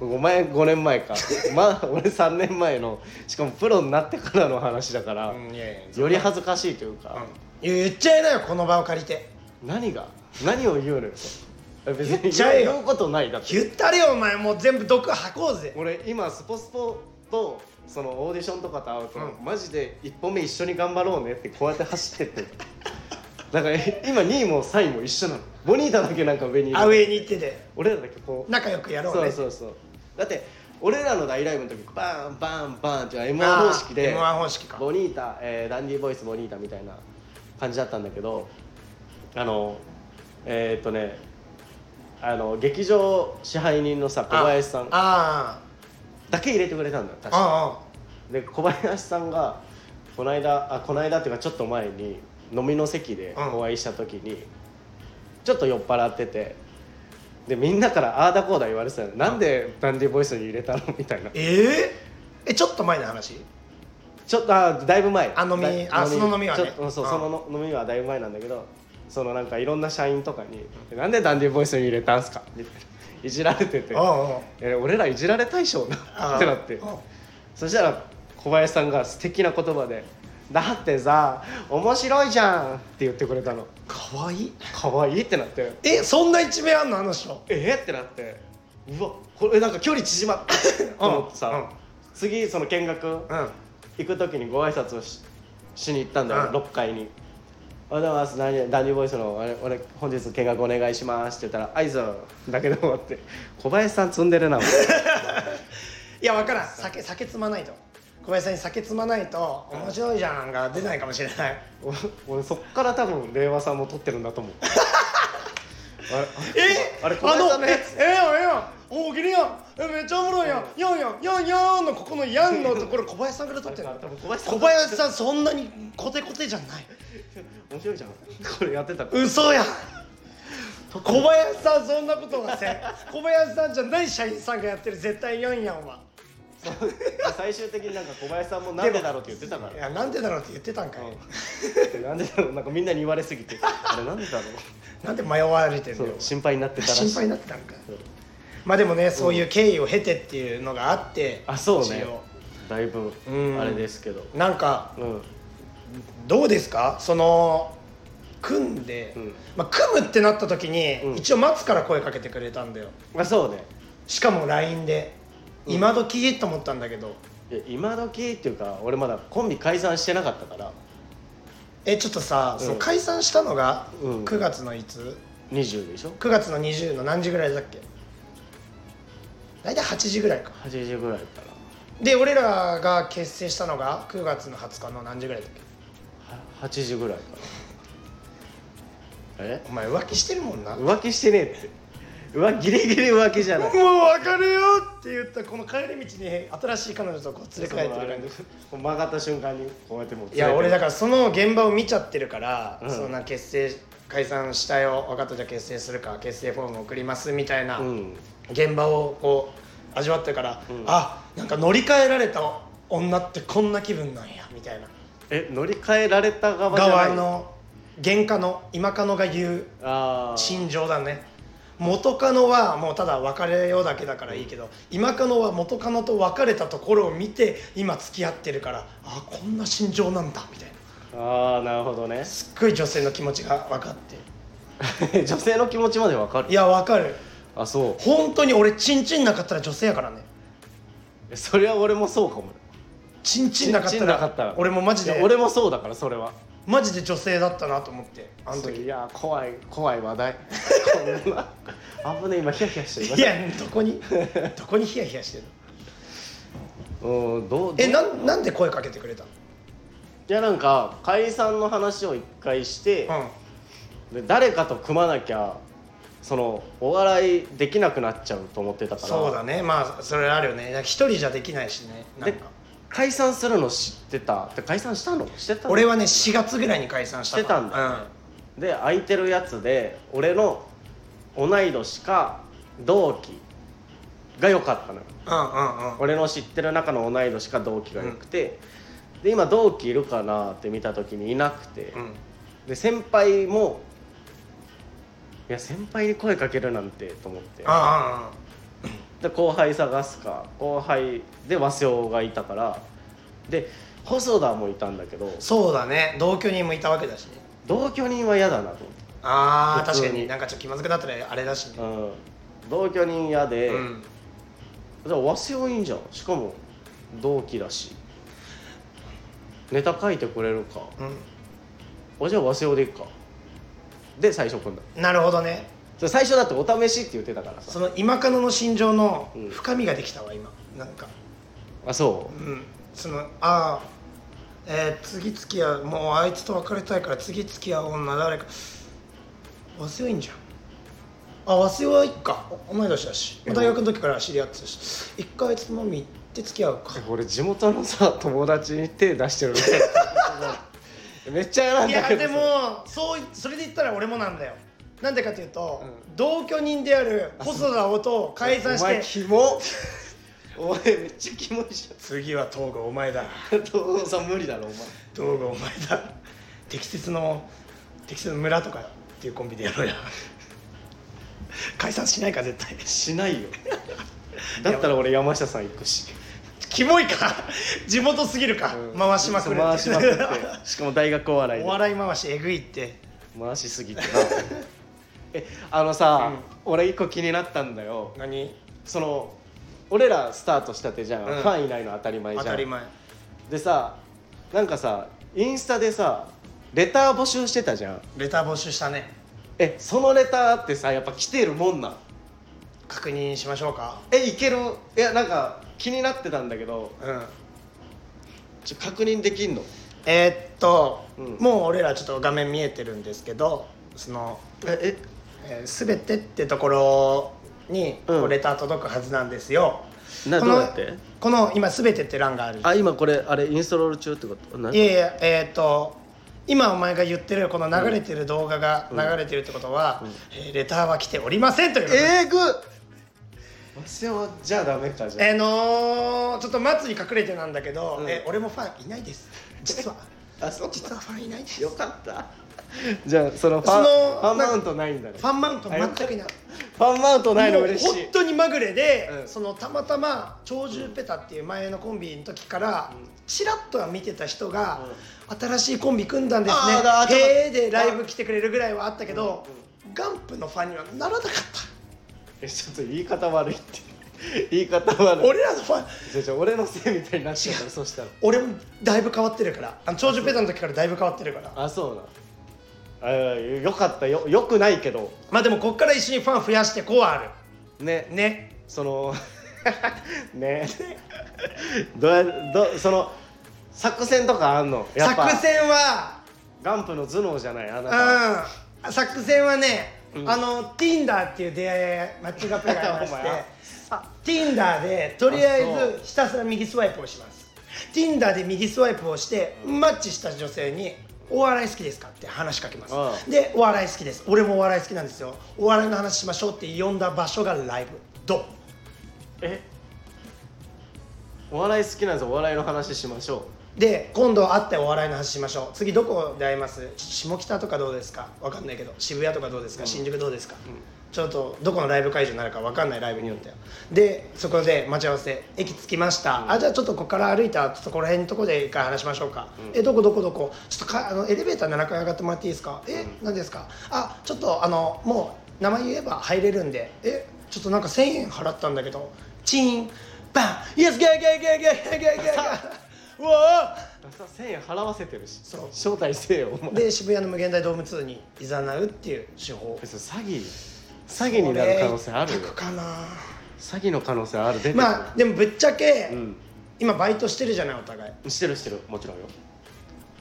うお前5 年前かまあ俺3年前のしかもプロになってからの話だから、
うんいやいや
より恥ずかしいという
う
か
ん、言っちゃいなよこの場を借りて
何が何を言うのよ別に
言っちゃえよ
言うことないだって
言ったれよお前もう全部毒吐こうぜ
俺今スポスポとそのオーディションとかと会うと、
うん
マジで一歩目一緒に頑張ろうねってこうやって走 ってってだからえ今2位も3位も一緒なのボニータだけなんか上にいる
アウェーに行ってて
俺らだけこう
仲良くやろうね
そうそうそうだって俺らの大ライブの時バーンバーンバーンっていうの
あー
は M1 方式で
M1 方式か
ボニータ、えーダンディーボイスボニータみたいな感じだったんだけどあのえーっとねあの劇場支配人のさ小林さん
あ
だけ入れてくれたんだよ
あ
確か
あ
で小林さんがこの間あこの間っていうかちょっと前に飲みの席で
うん
お会いした時に、ちょっと酔っ払っててでみんなからああだこうだ言われてたのなんでダンディボイスに入れたのみたいな
えええちょっと前の話
ちょっとあだいぶ前
あ飲み
だ
あその飲みはね
ちょっとうんそう
うん
そのの飲みはだいぶ前なんだけどそのなんかいろんな社員とかに「なんでダンディボイスに入れたんすか?」みたいないじられてて
うんうん
「え俺らいじられ対象だ」ってなって
うん
そしたら小林さんが素敵な言葉で「だってさ面白いじゃん」って言ってくれたの
可愛い
可愛いってなって
えそんな一面あんのあの人
えーってなってうわこれなんか距離縮まったと思ってさ、
うんうん
次その見学
うん
行く時にご挨拶をししに行ったんだよ、
うん
6階に「おはようございます何々ダンディボイスの俺俺本日見学お願いします」って言ったら「あいぞ」だけど終わって小林さん積んでるな もう
いや分からん酒酒積まないと小林さんに酒積まないと面白いじゃんが出ないかもしれない
お俺そっから多分令和さんも撮ってるん だと思うあれ
え
あれ小林さんのやつ
えええやんええやんおおきりやんえめっちゃおもろいやんやんやんやんやんのここのやんのところ小林さんから撮ってん
あれ
の
多分小林さん
小林さんそんなにコテコテじゃない
面白いじゃんこれやってた
嘘やん小林さんそんなことはせん小林さんじゃない社員さんがやってる絶対やんやんは
最終的になんか小林さんもなんでだろうって言ってたから
いやなんでだろうって言ってたんかい、
うんなんでだろうなんかみんなに言われすぎてあれなんでだろう
なんで迷われてん
そ
の
う
よ
心配になってたらし
心
い
配になってたんかい
そう
まあでもねそういう経緯を経てっていうのがあって
あそうね
一応
だいぶ
うん
あれですけど
なんか
うん
どうですかその組んで、
うん
まあ、組むってなった時に、
うん
一応松から声かけてくれたんだよ
あそうね
しかも LINE で「
うん
今時と思ったんだけど
いや今時っていうか俺まだコンビ解散してなかったから
えちょっとさ、
うん
その解散したのが
うん
9月のいつ
20でしょ
?9 月の20の何時ぐらいだっけ大体8時ぐらいか
8時ぐらいかな
で俺らが結成したのが9月の20日の何時ぐらいだっけ
は8時ぐらいかなえ
お前浮気してるもんな
浮気してねえって浮ギリギリ浮気じゃない
もう別れようって言ったこの帰り道に新しい彼女とこう連れ替えてる感じ
こう曲がった瞬間にこうやってもう
いや俺だ
か
からその現場を見ちゃってるから、
うん
そんな結成解散したよ分かったじゃあ結成するか結成フォーム送りますみたいな
うん
現場をこう味わってから、
うん
あなんか乗り換えられた女ってこんな気分なんやみたいな
え乗り換えられた側じゃない
側の原価の今カノが言う
ああ
心情だね元カノはもうただ別れようだけだからいいけど今カノは元カノと別れたところを見て今付き合ってるからあこんな心情なんだみたいな
ああなるほ どね
すっごい女性の気持ちが分かって
女性の気持ちまでわかる
いや分かる
あそう
本当に俺チンチンなかったら女性やからね
えそれは俺もそうかも
チンチンなかった
チンチ
ら
ンなかったら
俺もマジ
い
で
や俺もそうだからそれは
マジで女性だったなと思ってあの
そう
時
いや怖い怖い話題 こんな危ねえ今ヒヤヒヤして
い
る
やどこ にどこにヒヤヒヤしてるの
うんどう
え
ど
な
う
んなんで声かけてくれたの
いやなんか解散の話を一回して、
うん
で誰かと組まなきゃそのお笑いできなくなっちゃうと思ってたから
そうだねまあそれあるよねなんか一人じゃできないしねなん
で
か
解散するの知ってたで解散したのしてたの
俺はね4月ぐらいに解散したから
してたで空いてるやつで俺の同い年か同期が良かったのよ
うん、うんうんうん
俺の知ってる中の同い年か同期が良くて、で今同期いるかなって見た時にいなくて、
うん
で先輩もいや先輩に声かけるなんてと思って
あ
で後輩探すか後輩で和尾がいたからで細田もいたんだけど
あそうだね同居人もいたわけだしね
同居人は嫌だなと
ああ
普
確
通
か
に
になんかちょっと気まずくなったらあれだしね
思って、うん、同居人嫌で、
うん
じゃあ和瀬はいいんじゃんしかも同期だしネタ書いてくれるか
う
あじゃあ和瀬尾でいくかで最初組ん
ん
だ
なるほどね
それ最初だってお試しって言ってたから
そ
さ
の今カノの心情の
うん
深みができたわ今なんか
あそ
うんそのああえー次付き合うもうあいつと別れたいから次付き合う女誰か忘れいいんじゃんあ忘れはいっかお同い年だし
え
大学の時から知り合ってたし一回あいつのみ行って付き合うか
う俺地元のさ友達に手出してるみた いなめっちゃ嫌なん
い
だ
や
けど
で
さ
もそうそれで言ったら俺もなんだよなんでかというと、
う
同居人である細田をと解散し
お前
て
キモお前めっちゃキモいじ
次は東郷お前だ
ゃん東郷さん無理だろお前
東郷お前だ適切の適切の村とかっていうコンビでやろうや解散しないか絶対
しないよ だったら俺山下さん行くし
キモいか地元すぎるか、
うん
回しまくる
回しまくってしかも大学お笑い
お
で
笑い回しえぐいって
回しすぎてなえあのさ、俺一個気になったんだよ
何
その俺らスタートしたてじゃん、
うん
ファンいないの当たり前じゃ
当
ん
たり前
でさなんかさインスタでさレター募集してたじゃん
レター募集したね
えそのレターってさやっぱ来てるもんなん
確認しましょうか
えいけるいやなんか気になってたんだけど
うん
ちょ確認できんの
えーっと、
うん
もう俺らちょっと画面見えてるんですけどその
え
えー全てってところに
うん
こうレター届くはずなんですよ、
な
この
どうやって
この今「全て」って欄がある
あ今これあれインストロール中ってことない
やいやえーっと今お前が言ってるこの流れてる動画が流れてるってことは、えーレターは来ておりませんということです
えー、ぐマスヤはじゃあダメかじゃあ
えーのーちょっと松に隠れてなんだけど、
うん
えー俺もファンいないです実は
あそう
実はファンいないです
よかった じゃあそのファ
そ
ン
の
ファンマウントないんだね
ファンマウント全くいない
ファンマウントないの嬉
もう
しい
本当にまぐれで、
うん
そのたまたま鳥獣ペタっていう前のコンビの時から、ちらっとは見てた人が、新しいコンビ組んだんですね
あーだちょっと
へえでライブ来てくれるぐらいはあったけど、
う
ガンプのファンにはならなかっ
えちょっと言い方悪いって言い方
た
悪い
俺らのファン
じゃあじゃあ俺のせいみたいになっちゃうからそうしたら
俺もだいぶ変わってるからあの長寿ペタの時からだいぶ変わってるから
あそうなあよかったよよくないけど
まあでもこっから一緒にファン増やしてこうはあ
ね
るね
その ねどうやどその作戦とかあんのやっぱ
作戦は
ガンプの頭脳じゃないあなた
うん作戦はね、
うん
あの Tinder っていう出会いマッチングアプリがありま
お前
して Tinder でとりあえ
あそう
ずひたすら右スワイプをします Tinder で右スワイプをしてマッチした女性に「お笑い好きですか?」って話しかけます
ああ
で「お笑い好きです俺もお笑い好きなんですよお笑いの話しましょう」って呼んだ場所がライブどう
えお笑い好きなんですよお笑いの話しましょ
で今度会ってお笑いの話しましょう次どこで会います下北とかどうですかわかんないけど渋谷とかどうですか、新宿どうですか、ちょっとどこのライブ会場になるかわかんないライブによってはでそこで待ち合わせ駅着きました、あじゃあちょっとここから歩いたちょっとこの辺のとこで一回話しましょうか、えどこどこどこちょっとかあのエレベーター7階上がってもらっていいですかえ、何ですかあちょっとあのもう名前言えば入れるんでえちょっとなんか1000円払ったんだけどチーンバンイエスゲーゲーゲーゲーゲーゲーゲーゲーうわー
うさ1000円払わせてるし
そう
招待せえよお前
で渋谷の無限大ドーム2にいざなうっていう手法
別に詐欺詐欺になる可能性あるよ
これ一択かな
詐欺の可能性ある出てくる
まあでもぶっちゃけ、
うん
今バイトしてるじゃないお互い
してるしてるもちろんよ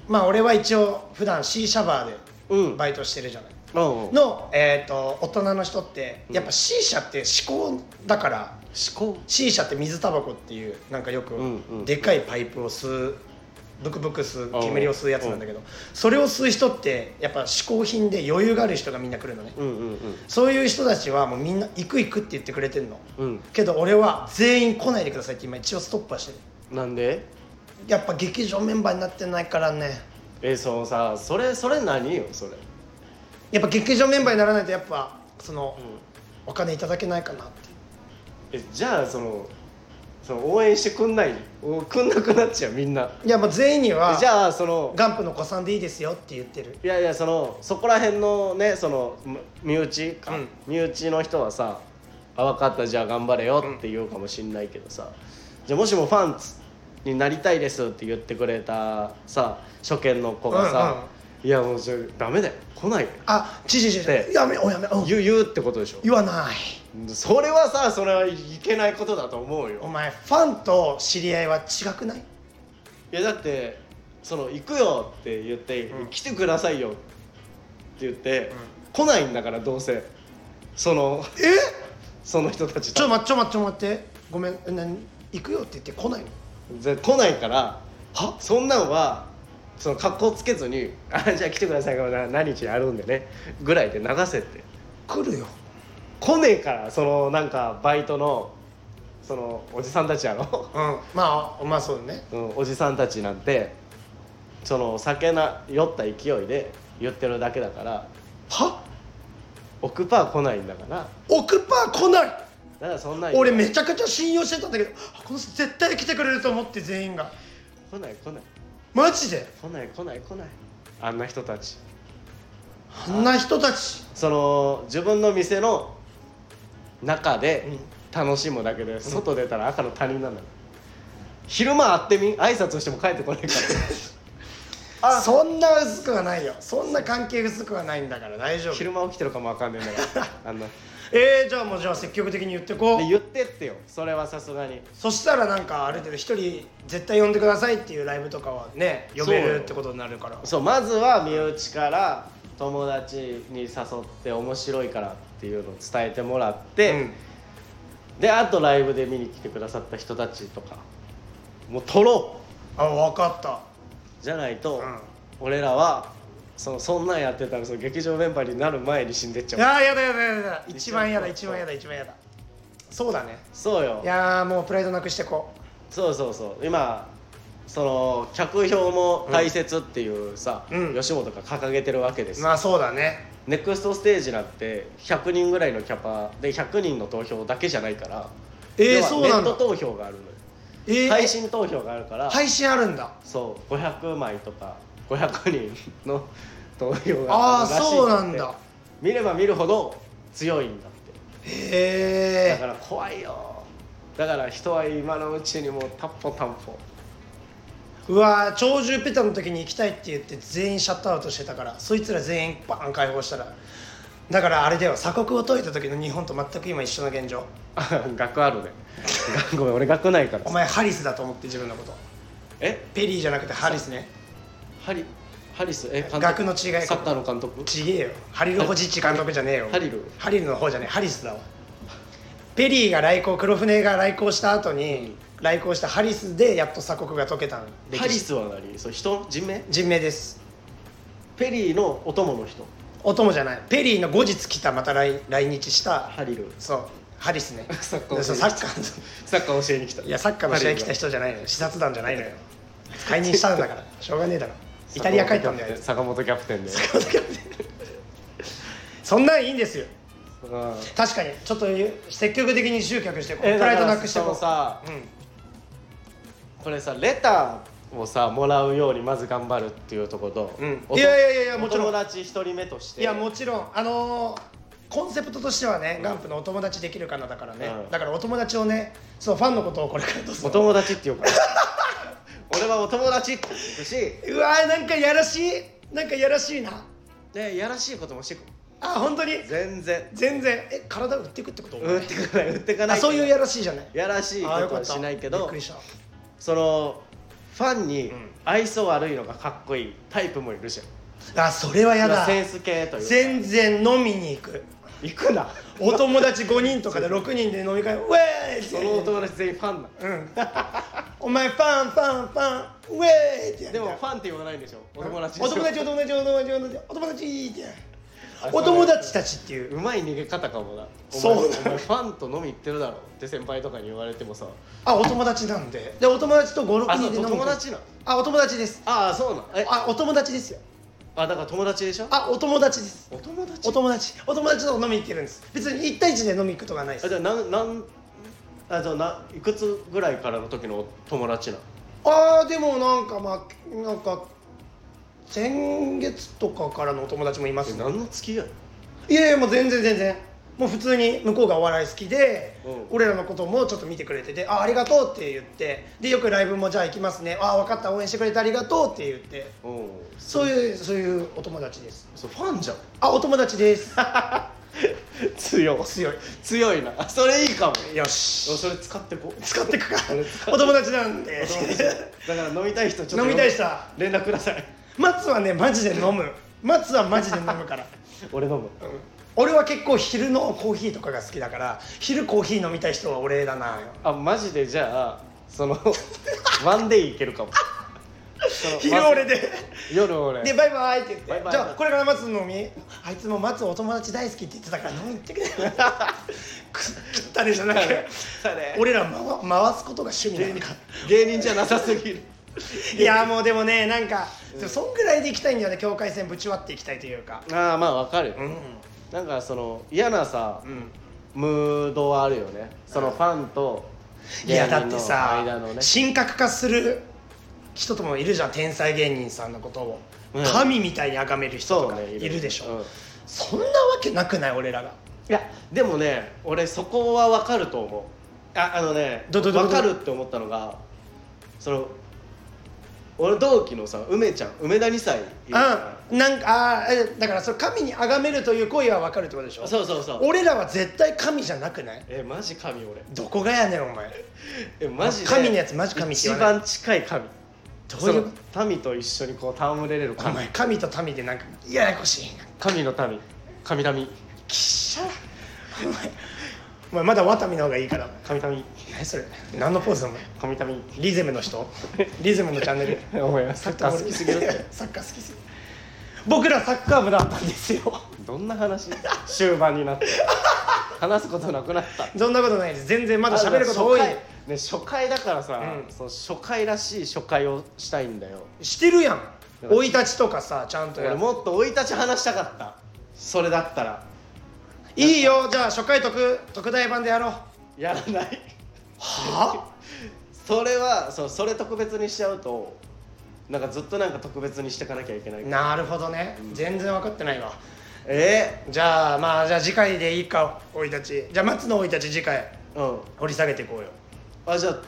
まあ俺は一応普段 C シャバー
う
で
ん
バイトしてるじゃない、
うんうん思
の、えー、と大人の人ってやっぱ C 社って思考だから、
考
C 社って水タバコっていうなんかよく
うんうん
でかいパイプを吸うブクブク吸
あ
う煙を吸うやつなんだけどそれを吸う人ってやっぱ嗜好品で余裕がある人がみんな来るのね
うんうん
そういう人たちはもうみんな行く行くって言ってくれてんの
うん
けど俺は全員来ないでくださいって今一応ストップはしてる
うんなんで
やっぱ劇場メンバーになってないからね
えそのさそれそれ何よそれ
やっぱ劇場メンバーにならないとやっぱその、お金いただけないかなって
えじゃあそのその応援してくんないおくんなくなっちゃうみんない
やもう全員には
えじゃあその
ガンプの子さんでいいですよって言ってる
いやいやそのそこら辺のねそのむ身内か、
うん
身内の人はさ「あ分かったじゃあ頑張れよ」って言うかもしんないけどさ、じゃあもしもファンつになりたいですって言ってくれたさ初見の子がさ「いやもうじゃダメだよ来ないよ
あちちちち
で
やめおやめお
言う」言うってことでしょ
言わない
それはさそれはいけないことだと思う
お
よ
前ファンと知り合いは違くない
いやだってその「行くよ」って言って「
うん
来てくださいよ」って言って、
ん
来ないんだからどうせその
え
その人たち
ちょ待ってちょ待ってちょ待ってごめんえ何行くよって言って来ないの
で来ないからはそんなんはその格好つけずに「あじゃあ来てくださいから何日やるんでね」ぐらいで流せって
来るよ
来ねえからそのなんかバイトのそのおじさんたちや ろ、
うんまあまあそうだね
うん、おじさんたちなんてその酒な酔った勢いで言ってるだけだから
は
億パー来ないんだから
億パー来ない
だからそんな
俺めちゃくちゃ信用してたんだけどあこの人絶対来てくれると思って全員が
来ない来ない
マジで
来ない来ない来ないあんな人たち
あんな人たち
その自分の店の中で楽しむだけで、外出たら赤の他人なんだよ昼間会ってみ挨拶しても帰ってこないから あ
そんな薄くはないよそんな関係薄くはないんだから大丈夫
昼間起きてるかもわかんないんだから あんな
えー、じゃあもうじゃあ積極的に言ってこう
で言ってってよそれはさすがに
そしたらなんかある程度一人絶対呼んでくださいっていうライブとかはね呼べるってことになるから
そうまずは身内から友達に誘って面白いからっていうのを伝えてもらって、
うん
であとライブで見に来てくださった人たちとかもう撮ろ
あ分かった
うじゃないと、
うん
俺らはそのそんなんやってたらその劇場メンバーになる前に死んでっちゃう
あーやだやだやだやだ一番やだ
めっ
一
ちゃ
番やだ一番やだそうだね
そうよ
いやーもうプライドなくしてこ
そうそうそう今その客票も大切っていうさ、
うん
吉本が掲げてるわけです
う
よ、
まあそうだね
ネクストステージなんて100人ぐらいのキャパで100人の投票だけじゃないから
えー
要は
そうなんだ
ネット投票があるのよ、
えー
配信投票があるから、
配信あるんだ
そう500枚とか500人の 投票が
ああ
あるらしいって
そうなんだ
見れば見るほど強いんだっ
へ
てだか
え
ら怖いよだから人は今のうちにもうタッポタンポ
うわー鳥獣ペタの時に行きたいって言って全員シャットアウトしてたからそいつら全員バーン解放したらだからあれだよ鎖国を解いた時の日本と全く今一緒の現状
あ学あるね ごめん俺学ないから
お前ハリスだと思って自分のこと
え
ペリーじゃなくてハリスね
ハリハリスえ監督
学の違い
サッカーの監督
ちげえよハリル・ホジッチ監督じゃねえよ
ハリル
ハリルの方じゃねえハリスだわペリーが来航黒船が来航した後に来航したハリスでやっと鎖国が解けたん
ハリスは何そう人人名
人名です
ペリーのお供の人
お供じゃないペリーの後日来たまた来来日した
ハリル
そうハリス ね
サッカー
そう
をし
サ
に
ッカー
サッカー教えに来た
のいやサッカーの試合来た
人
人じゃないのよ視察団じゃないのよ解任したん だからしょうがねえだろイタリア帰ったんだよあいつ
坂本キャプテンで
そんなんいいんですよ
うん
確かにちょっと積極的に集客してこうプ
え
ライドなくして
だか
こう
らそのさ
う
これさレターをさもらうようにまず頑張るっていうところと、
うん
おと
いやいやいやいやもちろん
お友達一人目とし
ん、
て
いやもちろんあのーコンセプトとしてはね、ガンプのお友達できるかなだからね、
うん
だからお友達をねそうファンのことをこれからどう
お
ぞ
友達ってい うから俺はお友達って言うし
うわーなんかやらしいなんかやらしいな
でやらしいこともしてく
あ本当に
全然
全然え体売ってくってこと、
売ってかない売ってかな
あ
い
そういうやらしいじゃない
やらしい
あー
ことはしないけ
びっ
ど
くりした
そのファンに
うん
愛想悪いのがかっこいいタイプもいるじゃ
あそれはや
ん
だ
センス系というか
全然飲みに行く
行 くな
お友達5人とかで6人で飲み会ウェーイって
そのお友達全員ファンな
うんお前パンパンパンウェーイってやる
のでもファンって言わないんでしょお友達
お友達お友達お友達お友達お友達って
あ
お友達たちっていう
うまい逃げ方かもな
そう
お前お前ファンと飲み行ってるだろって先輩とかに言われてもさ
あお友達なんででお友達と56
あ
人
そう
で飲む
お友達なの
あお友達です
ああそうなのえ
あお友達ですよ
あだから友達でしょ
あお友達です
お友達
お友達お友達と飲み行ってるんです別に1対1で飲み行くとかないです
あじゃあなんなんあじゃあないくつぐらいからの時のお友達なの
あーでもなんかまあなんか先月とかからのお友達もいますね
何の付き合い
いやいやもう全然全然もう普通に向こうがお笑い好きで、
うん
俺らのこともちょっと見てくれてて「あありがとう」って言ってでよくライブも「じゃあ行きますね」「ああ分かった応援してくれてありがとう」って言って
うん
そういうそういうお友達です
そうファンじゃん
あお友達です
強い
強い
強いなあそれいいかも
よし
それ使ってこう
使ってくかお友達なんで
お友達だから飲みたい人ちょっと
飲みたい人は
連絡ください
松はねマジで飲む松はマジで飲むから
俺飲む
俺は結構昼のコーヒーとかが好きだから昼コーヒー飲みたい人は俺だな
あマジでじゃあそのワンデイいけるかも
昼俺で
夜俺
でバイバイって言って
バイバイ
じゃあこれから松のみあいつも松お友達大好きって言ってたから飲みに行って くれく切ったねじゃなくて
そうね
俺ら回回すことが趣味なのか
芸人じゃなさすぎる
いやもうでもねなんか、でもそんぐらいで行きたいんだよね境界線ぶち割っていきたいというか
ああまあわかる、
うん
なんかその嫌なさ、
うん
ムードはあるよねそのファンと
いや
芸
だ
人
って
の
さ、
間のね
神格化する人ともいるじゃん天才芸人さんのことを、
うん
神みたいに崇める人と
そう
か
ね
いるでしょそ,、
うんい
んなわけなくない俺らが
やでもね俺そこはわかると思うああのね
どどどど
わかるって思ったのがその俺同期のさ梅ちゃん梅田2歳いるじゃ
うんなんかあーえだからそれ神に崇めるという行為はわかるってことでし
な
ょ
いそうそうそう
俺らは絶対神じゃなくない
えマジ神俺
どこがやねんお前
えマジで
神のやつマジ神って
一
言わない
番近い神
どう
そ
い
の
う
民と一緒にこう戯れれる
お
神
前神と民でなんかややこしいな
神の民神民
きっしゃお前お前まだワタミの方がいいから
神民
何それ何のポーズだお前
神民
リズムの 人リズムのチャンネル
お前サッカー好きすぎるって
サッカー好きすぎる僕らサッカー部だったんですよ
どんな話終盤になって話すことなくなった
そんなことないです全然まだ喋ること多い
あの初回ね初回だからさ、
うん
その初回らしい初回をしたいんだよ
してるやん生い立ちとかさちゃんとや
俺
る
もっと生い立ち話したかったそれだったら
いいよじゃあ初回特特大版でやろう
やらない
は
それはそうそれ特別にしちゃうとなんかずっとなんか特別にしてかなきゃいけない
あなるほどね全然分かってないわ
え
じゃあまあじゃあ次回でいいか生い立ちじゃあ松の生い立ち次回
ー、うん
掘り下げていこうよ
あじゃあ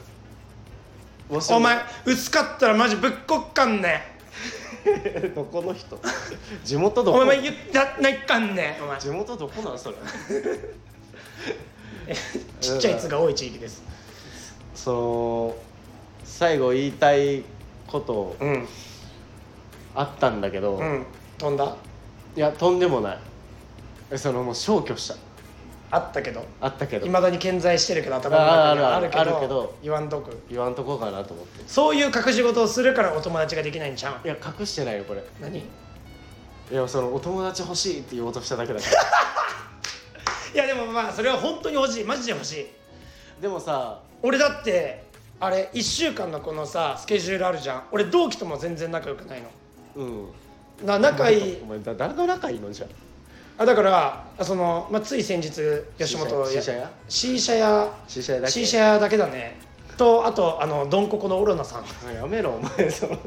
もしも
お前薄かったらマジぶっこっかんね
どこの人地元どこ
お前言ったないっかんねお前
地元どこな んそれ
ちっちゃい「つ」が多い地域です
その最後言いたいこと
うん
あったんだけど、
うん飛んだ
いやとんでもないえそのもう消去した
あったけど
あったけど
いまだに健在してるけど頭の中には
あー
あ
あ
る
る
け
あ
ど
るあるけど
言わんとく
言わんとこうかなと思って
そういう隠し事をするからお友達ができないんちゃう
いや隠してないよこれ
何い
いやそのお友達欲しいって言おうとしただけだか ら
やでもまあそれは本当に欲しいマジで欲しい
でもさ
俺だってあれ1週間のこのさスケジュールあるじゃん俺同期とも全然仲良くないの
うん
な仲いい
お前だ誰と仲いいのじゃ
あだからあその、まあ、つい先日吉本
C 社や
C 社や
シーシャだけ
C 社屋だけだねとあとあのドンココのオロナさん
あやめろお前その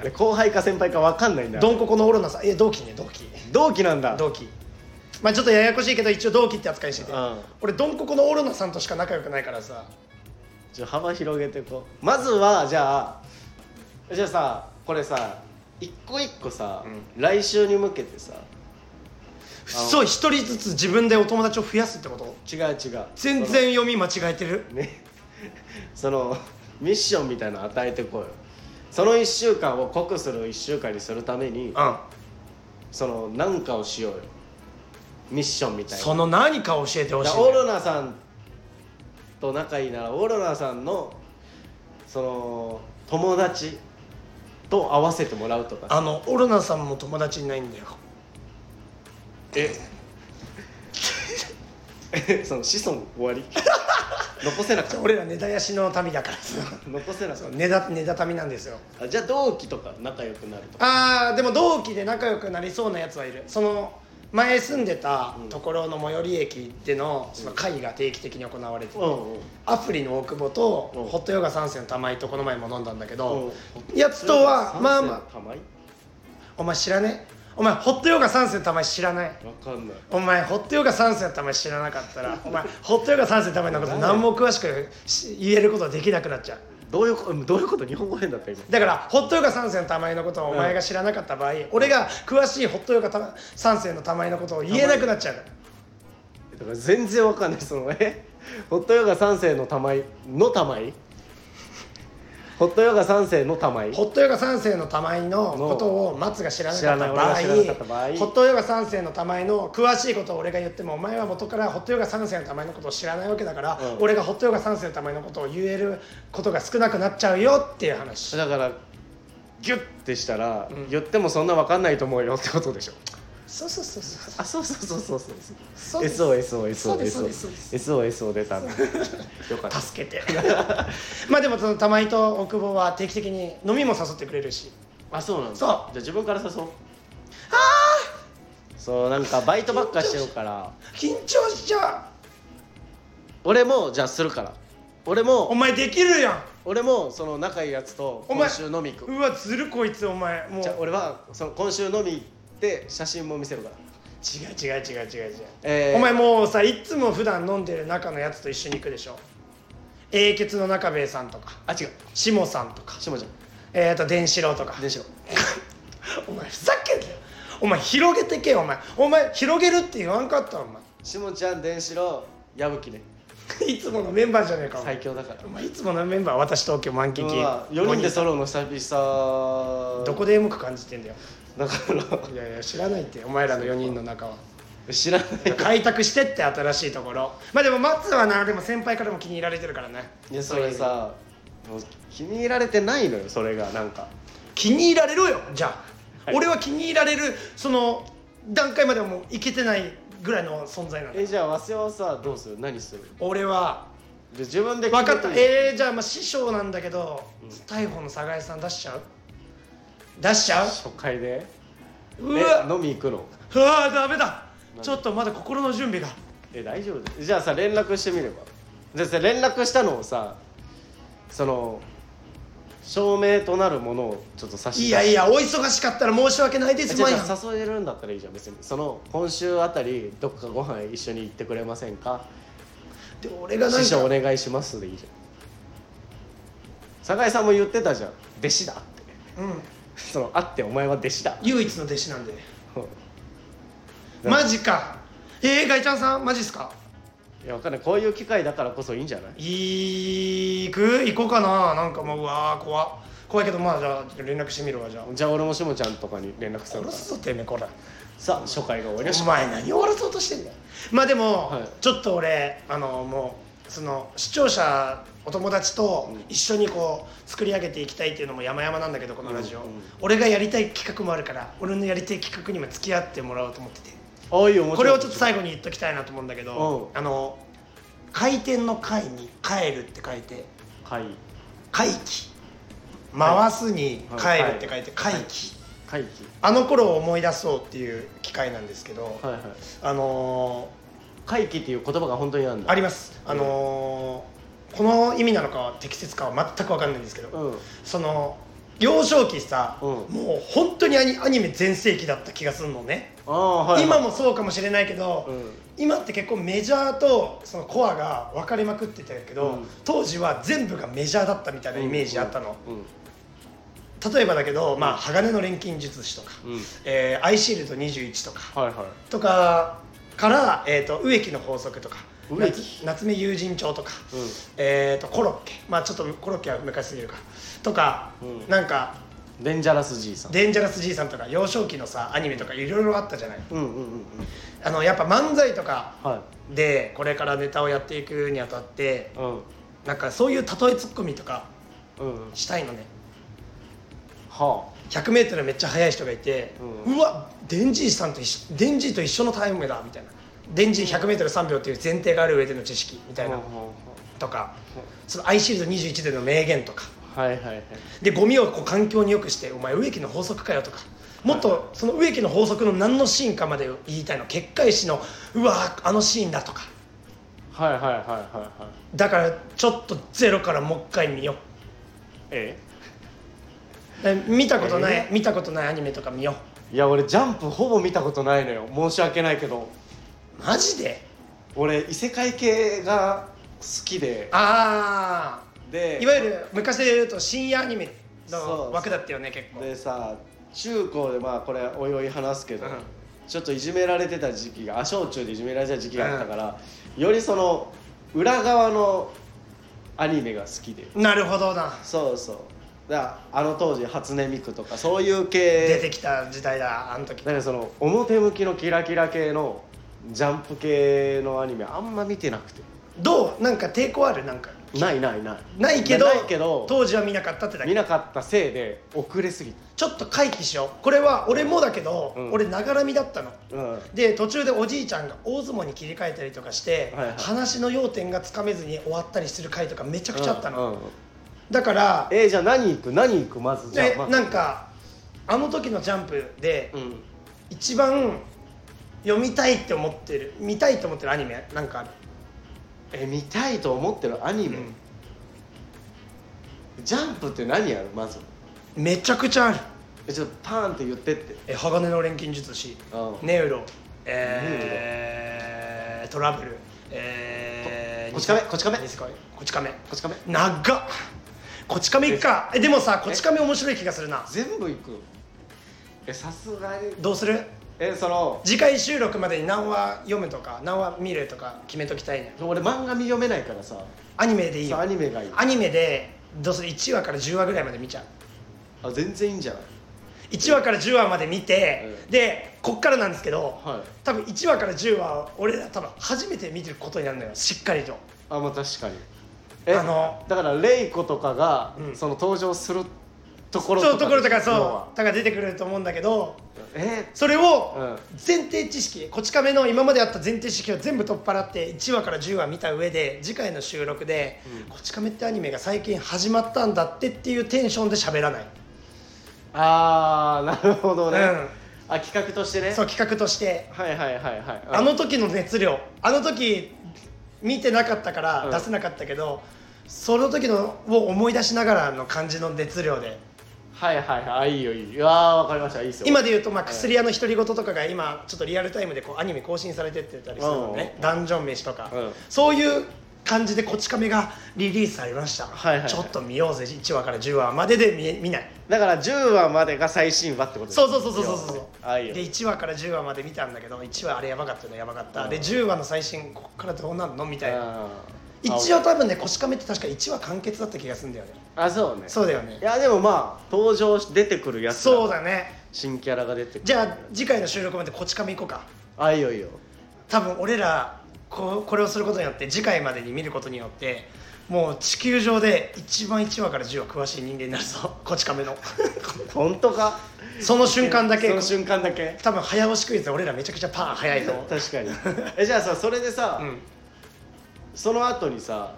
あれ後輩か先輩か分かんないんだ
ドンココのオロナさんいや同期ね同期
同期なんだ
同期まあちょっとややこしいけど一応同期って扱いしてて、
うん
俺ドンココのオロナさんとしか仲良くないからさ
ちょ幅広げてこうまずはじゃあじゃあさこれさ一個一個さ、
う
来週に向けてさ
そう一人ずつ自分でお友達を増やすってこと
違う違う
全然読み間違えてる
そのねそのミッションみたいなの与えてこうよその1週間を濃くする1週間にするために
うん
その何かをしようよミッションみたいな
その何かを教えてほし
だ
い
からオロナさんと仲いいならオロナさんのその友達と会わせてもらうとか
あのオロナさんも友達いないんだよ
え その子孫終わ り残せなくちゃ
俺ら根絶やしの民だからさ
残せなくちゃ
根だ根だ民なんですよ
あじゃあ同期とか仲良くなるとか
あーでも同期で仲良くなりそうなやつはいるその前住んでたところの最寄り駅でのその会が定期的に行われてて、
うんうん
アプリの大久保と
うん
ホットヨガ3世の玉井とこの前も飲んだんだけど、
うん
やつとはまあまあ
たまい
お前知らねえお前ホットヨガ3世の玉井知らない
わかんない
お前ホットヨガ3世の玉井知らなかったらお前ホットヨガ3世の玉井のこと何も詳しくし言えることはできなくなっちゃう
どういうこどういうこと日本語変だった今
だからホットヨガ3世の玉井のことをお前が知らなかった場合、俺が詳しいホットヨガ3世の玉井のことを言えなくなっちゃうから
だから全然わかんないそのえホットヨガ3世の玉井の玉井ホットヨガ3世の玉井
ホットヨガ3世の玉井のことを松が知らなかった場合
知らない俺が知らなかった場合
ホットヨガ3世の玉井の詳しいことを俺が言ってもお前は元からホットヨガ3世の玉井のことを知らないわけだから、
うん
俺がホットヨガ3世の玉井のことを言えることが少なくなっちゃうよっていう話
だからギュッてしたら、
うん
言ってもそんな分かんないと思うよってことでしょ
そうそうそうそう
あそうそうそうそうそう
そうです
SOSOSOSOSOSO
そうですそうですそうです
出たん だよかった
助けてまあでもその玉井と大久保は定期的に飲みも誘ってくれるし
あそうなんだ
そう
じゃあ自分から誘おうああそうなんかバイトばっかしてるから
緊張しちゃ
俺もじゃあするから俺
うお
も
前できるやん
俺もその仲いいやつと
お前
今週飲み行く
うわずるこいつお前もう
じゃあ俺はその今週飲み行って写真も見せるから
違う違う違う違う違う、
えー
お前もうさいつも普段飲んでる中のやつと一緒に行くでしょ英傑の中兵衛さんとか
あ違う
下さんとか
しもちゃ
えーと伝四郎とか
んでしょ
お前ふざけんなよお前広げてけよお前お前広げるって言わんかったお
しもちゃん伝四郎矢吹ね
前 いつものメンバーじゃねえかお前
最強だから
お前いつものメンバーは私東京満喫
4人でソロの久々
どこでエモく感じてんだよ
だから
いやいや知らないってお前らの4人の中は
知らない
開拓してって新しいところまあでも松はなでも先輩からも気に入られてるからね
いやそれさもう気に入られてないのよそれがなんか
気に入られろよじゃあ、
はい
俺は気に入られるその段階まではもういけてないぐらいの存在なの
えじゃあわせはさどうする何する
俺は
で自分で
分かった
え
えー、じゃあまあ師匠なんだけど逮捕の酒井さん出しちゃう出しちゃう
初回で
う
え
わ
飲み行くの
うわダメだ
何
ちょっとまだ心の準備が
え大丈夫じゃあさ連絡してみればじゃあさ連絡したのをさその証明となるものをちょっと差し出
いやいやお忙しかったら申し訳ないで
え
す
じゃ
ま
あ
ん
じ
や
ゃあ誘えるんだったらいいじゃん別にその今週あたりどっかご飯一緒に行ってくれませんか
で俺がなん
師匠お
か
願いしますでいいじゃん酒井さんも言ってたじゃん弟子だって
うん
その会ってお前は弟子だ
唯一の弟子なんで
うん
マジかえー、ガイちゃんさんマジっすか
いやわかんないこういう機会だからこそいいんじゃない
行く行こうかななんかもううわー怖っ怖いけどまあじゃあちょっと連絡してみるわじゃあ
じゃあ俺もしもちゃんとかに連絡する
殺
から
すぞてめえこれ
さあ初回が終わりまし
お
た
前何を終わらそうとしてんだよまあでも、
はい
ちょっと俺あのもうその視聴者お友達と一緒にこう作り上げていきたいっていうのも山々なんだけどこのラジオ、
うんうん
俺がやりたい企画もあるから俺のやりたい企画にも付き合ってもらおうと思ってて
あいいよも
これをちょっと
ろん
最後に言っときたいなと思うんだけど、
う
あの回転の回に「帰る」って書いて
会
「回帰」回すに「帰る」って書いて「
はい
回帰」
会議
あの頃を思い出そうっていう機会なんですけど、
はいはい
あの
会議っていう言葉が本当にあるん
ー
だ
ありますあのーこの意味なのか適切かは全く分かんないんですけど、
うん
その幼少期さ、
うん
もう本当にアニアニメ全盛期だった気がするのね、
ああはいはい
今もそうかもしれないけど、
うん
今って結構メジャーとそのコアが分かれまくってたけど、
うん
当時は全部がメジャーだったみたいなイメージあったの、
うん
例えばだけど、まあ、鋼の錬金術師とか、
うん
えーアイシールド21とか
はいはい
とかから、えー、と植木の法則とか
植木
夏夏目友人帳とか、
うん
えー、とコロッケまあちょっとコロッケは昔すぎるかとか、
うん
なんか
デンジャラス爺さん
デンジャラス爺さんとか幼少期のさアニメとかいろいろあったじゃない
うんうんうんうん
あのやっぱ漫才とか
は
でこれからネタをやっていくにあたって
いうん
なんかそういう例えツッコミとか
うんうん
したいのね
は
100m めっちゃ速い人がいて、う
うん
わデンジーさんと一緒デンジーと一緒のタイムだみたいなデンジー 100m3 秒っていう前提がある上での知識み
あ
たいな、
うんうんうん
とかそのアイシールド21での名言とか
はいはいはい
でゴミをこう環境によくして「お前植木の法則かよ」とかもっとその植木の法則の何のシーンかまで言いたいの結界誌の「うわあのシーンだ」とか
はいはいはいはいはい
だからちょっとゼロからもう一回見よ
え
うで見たことない、
え
見たことないアニメとか見よ
いや俺ジャンプほぼ見たことないのよ申し訳ないけど
うマジで
俺異世界系が好きで
ああ
で
いわゆる昔で言うと深夜アニメの
そう
枠だったよね結構
でさ中高でまあこれおいおい話すけど、
うん
ちょっといじめられてた時期があ小中でいじめられてた時期があったから、よりその裏側のアニメが好きで
なるほどな
そうそうだからあの当時初音ミクとかそういう系
出てきた時代だあの時
なんかその表向きのキラキラ系のジャンプ系のアニメあんま見てなくて
どうなんか抵抗あるなんか
ないないない
ないけど
ないけど
当時は見なかったってだ
見
け
なかったせいで遅れすぎ
ちょっと回帰しようこれは俺もだけど、
うん
俺ながらみだったの
た、うん、
で途中でおじいちゃんが大相撲に切り替えたりとかして、
はいはい
話の要点がつかめずに終わったりする回とかめちゃくちゃあったの、
うんうん
だから
えーじゃあ何行く何行くまずじゃ
で
あ、ま
なんかあの時の「ジャンプ」で
うん
一番読みたいって思ってる見たいと思ってるアニメなんかある、
え見たいと思ってるアニメ、ジャンプって何やるまず
めちゃくちゃある
えちょっとパーンって言ってって
え鋼の錬金術師
うん
ネウロえー、トラブルえー、
ここち亀こち亀
ニセコイこち亀
こち亀
長っこち亀いっかえでもさこち亀面白い気がするな
全部行くえさすがに
どうする
えその
次回収録までに何話読むとか何話見るとか決めときたいね
俺漫画見読めないからさ
アニメでいい
そう
よ
アニメがいい
アニメでどうする1話から10話ぐらいまで見ちゃう
あ全然いいんじゃない
1話から10話まで見て、
う
でこっからなんですけど、
はい
多分1話から10話を俺ら多分初めて見てることになるのよしっかりと
あまあ確かに
あの
だからレイコとかが、
うん
その登場するところ
そうところとか
要
そ
は
うだから出てくると思うんだけど
え
それ
う
を
ん
前提知識こち亀の今まであった前提知識を全部取っ払って1話から10話見た上で次回の収録で「こち亀ってアニメが最近始まったんだって」っていうテンションで喋らない
ああなるほどね、
うん
あ企画としてね
そう企画として
はいはいはいはい
あの時の熱量あの時見てなかったから
うん
出せなかったけど、その時のを思い出しながらの感じの熱量で
はいはいはいあいいよいいよああわかりましたいいっすよ
今で言うとまあ薬屋の独り言とかが今ちょっとリアルタイムでこうアニメ更新されてってたりするのね、
うん
ダンジョン飯とか、
うん
そういう感じでこち亀がリリースされました、
はいはいはい
ちょっと見ようぜ1話から10話までで見え見ない
だから10話までが最新話ってこと
そうそうそうそうそうそう
ああいいよ
で1話から10話まで見たんだけど1話あれやばかったよねやばかった、
うん
で10話の最新こっからどうなんのみたいな
あー
一応多分ね「こち亀」って確か1話完結だった気がするんだよね
あそうね
そうだよね
いやでもまあ登場し出てくるやつら
そうだね
新キャラが出てくる
じゃあ次回の収録まで「こち亀」行こうか
ああいいよいいよ
多分俺らここれをすることによって次回までに見ることによってもう地球上で一番1話から10話詳しい人間になるぞこち 亀の
本当か
その瞬間だけ
その瞬間だけ
多分早押しクイズ俺らめちゃくちゃパーン早いぞ
確かにえじゃあさそれでさ、
うん
その後にさ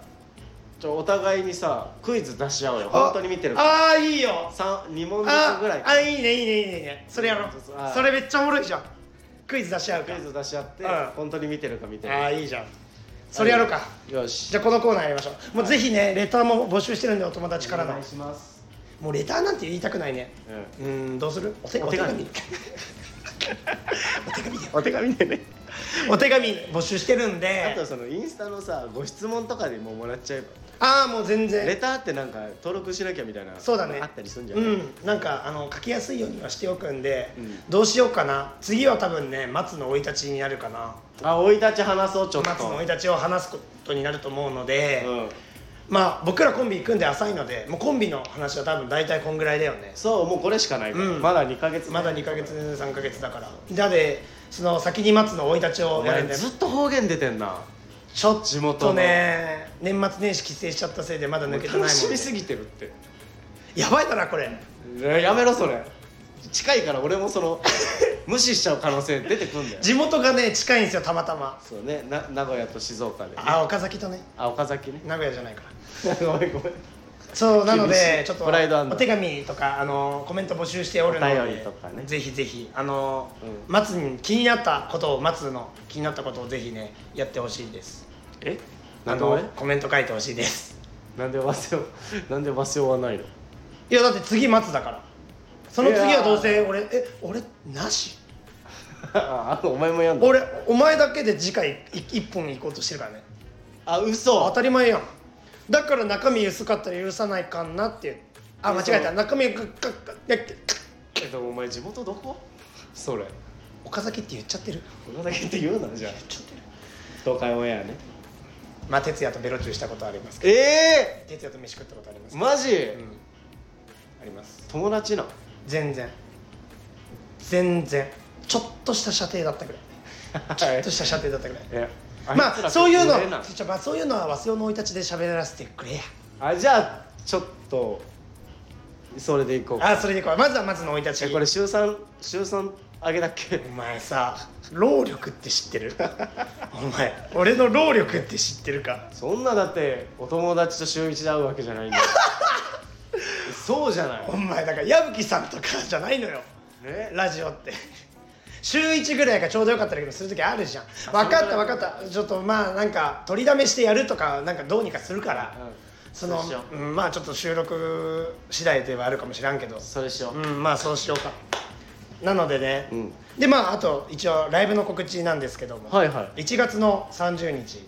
ちょお互いにさクイズ出し合おうよ本当に見てるか
ああーいいよ
2問ず
あ
つぐらい
あいいねいいねいいねいいねそれやろう
そうそうあー
それめっちゃおもろいじゃんクイズ出し合う
ク
か
イズ出し合って、
うん
本当に見てるか見てる
あ
か
あいいじゃんそれやろうか
よし
じゃあこのコーナーやりましょうもうぜひねレターも募集してるんでお友達から
お
の
願いします、
もうレターなんて言いたくないね
うん
うーんどうするお手
お
お
手
手
紙
紙
お手紙でね
お手紙 募集してるん
あ
で
とそのインスタのさご質問とかでももらっちゃえば
ああもう全
レ
然
ターってなんか登録しなきゃみたいな
そうだね
あったりするんじゃ
う
ない、
んなんかあの書きやすいようにはしておくんで、
うん
どうしようかな次は多分ね松の生い立ちになるかな
あ生い立ち話そうちょっと
松の生い立ちを話すことになると思うので、
うん、
まあ僕らコンビ組んで浅いのでもうコンビの話は多分大体こんぐらいだよね
そうもうこれしかないから、
うん
まだ2ヶ月
まだ2ヶ月3ヶ月だからだでその先に松の生い立ち
お
をや
前
るんで
ずっと方言出てんな
ちょっ
地元の
とね年末年始帰省しちゃったせいでまだ抜けてないもん、
楽
ね、
しみすぎてるって
やばいだなこれ
ねやめろそれ近いから俺も その無視しちゃう可能性出てくんだよ
地元がね近いんですよたまたま
そうねな名古屋と静岡で、ね、
あ岡崎とね
あ 岡崎ね
名古屋じゃないから
ごめんごめん
そうなの
厳し
で
い
ちょっと
プライドあんの
お手紙とかあのコメント募集しておるので
お便りとかね
ぜひぜひあの、
う
松に気になったことを松の気になったことをぜひねやってほしいです
えな
あ
んで俺
のコメント書いてほしいです
なんで和瀬を なんで和瀬はないの
いやだって次松だからその次はどうせ俺え俺なし
ああのお前もやんの
俺お前だけで次回い一本行こうとしてるからね
あ嘘
当たり前やんだから中身薄かったら許さないかんなっていうあ間違え
そ
た
う
中身がががが
えでもお前地元どこそれ
岡崎って言っちゃってる
岡崎って言うなじゃあ
言っちゃってる
東海オンエアね
まあ哲也とベロチューしたことはありますけ
ええ
ど哲也と飯食ったことあります
ー、
けど
マジ、
うんあります
友達なの
全然 全然ちょっとした射程だったぐらいちょっとした射程だったぐらい
えあいつら
まあそういうの
ここなん
ちょまあそういうのは早稲の生い立ちで喋らせてくれや
あじゃあちょっとそれでいこうか
あそれでこれまずはまずの生い立
え
ち
これ週3週3あげだっけ
お前さ労力って知ってるお前俺の労力って知ってるか
そんなだってお友達と週1で会うわけじゃないんだ よそうじゃない
お前だから矢吹さんとかじゃないのよ
ね
ラジオって週1ぐらいがちょうどよかったりする時あるじゃん分かった分かったちょっとまあなんか取りだめしてやるとかなんかどうにかするから、
うん
その
そうしよ
うんまあちょっと収録次第ではあるかもしらんけど
それしよう、
うんまあそうしようかなのでね、
うん
でまああと一応ライブの告知なんですけども、
はいはい
1月の30日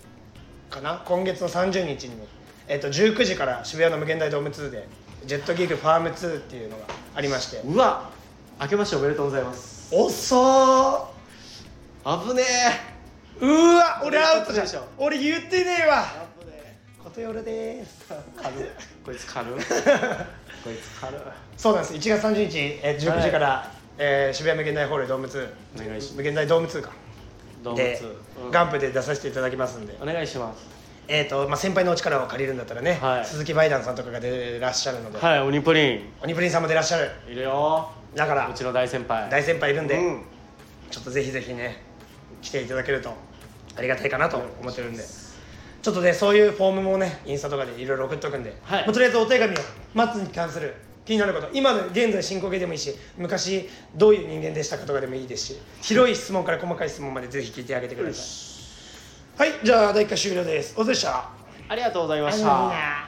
かな今月の30日に、えっと19時から渋谷の無限大ドーム2でジェットギグファーム2っていうのがありまして
うわ明けましておめでとうございます
遅ー
危ね
うーわ俺アウトじゃん
でしょ
俺言ってねえ
え
わ
危ね
ことよるでーす
え軽っこいつ軽っこいつ軽っ
そうなんです1月30日、えー19時から、えー渋谷無限大ホールドーム
お
2
願いします
無限大ドーム2か
動物
で、
うん
ガンプで出させていただきますんで
お願いします
えーとまあ、先輩のお力を借りるんだったらね、
はい
鈴木バイダンさんとかが出らっしゃるので、
はい鬼プリン
鬼プリンさんも出らっしゃる
いるよ
だから
うちの大先輩
大先輩いるんで、
うん
ちょっとぜひぜひね来ていただけるとありがたいかなと思ってるんでちょっとねそういうフォームもねインスタとかでいろいろ送っとくんで、
はい
もうとりあえずお手紙を待つに関する気になること今の現在進行形でもいいし昔どういう人間でしたかとかでもいいですし広い質問から細かい質問までぜひ聞いてあげてくださいはいじゃあ第1回終了ですお疲れ様でした
ありがとうございました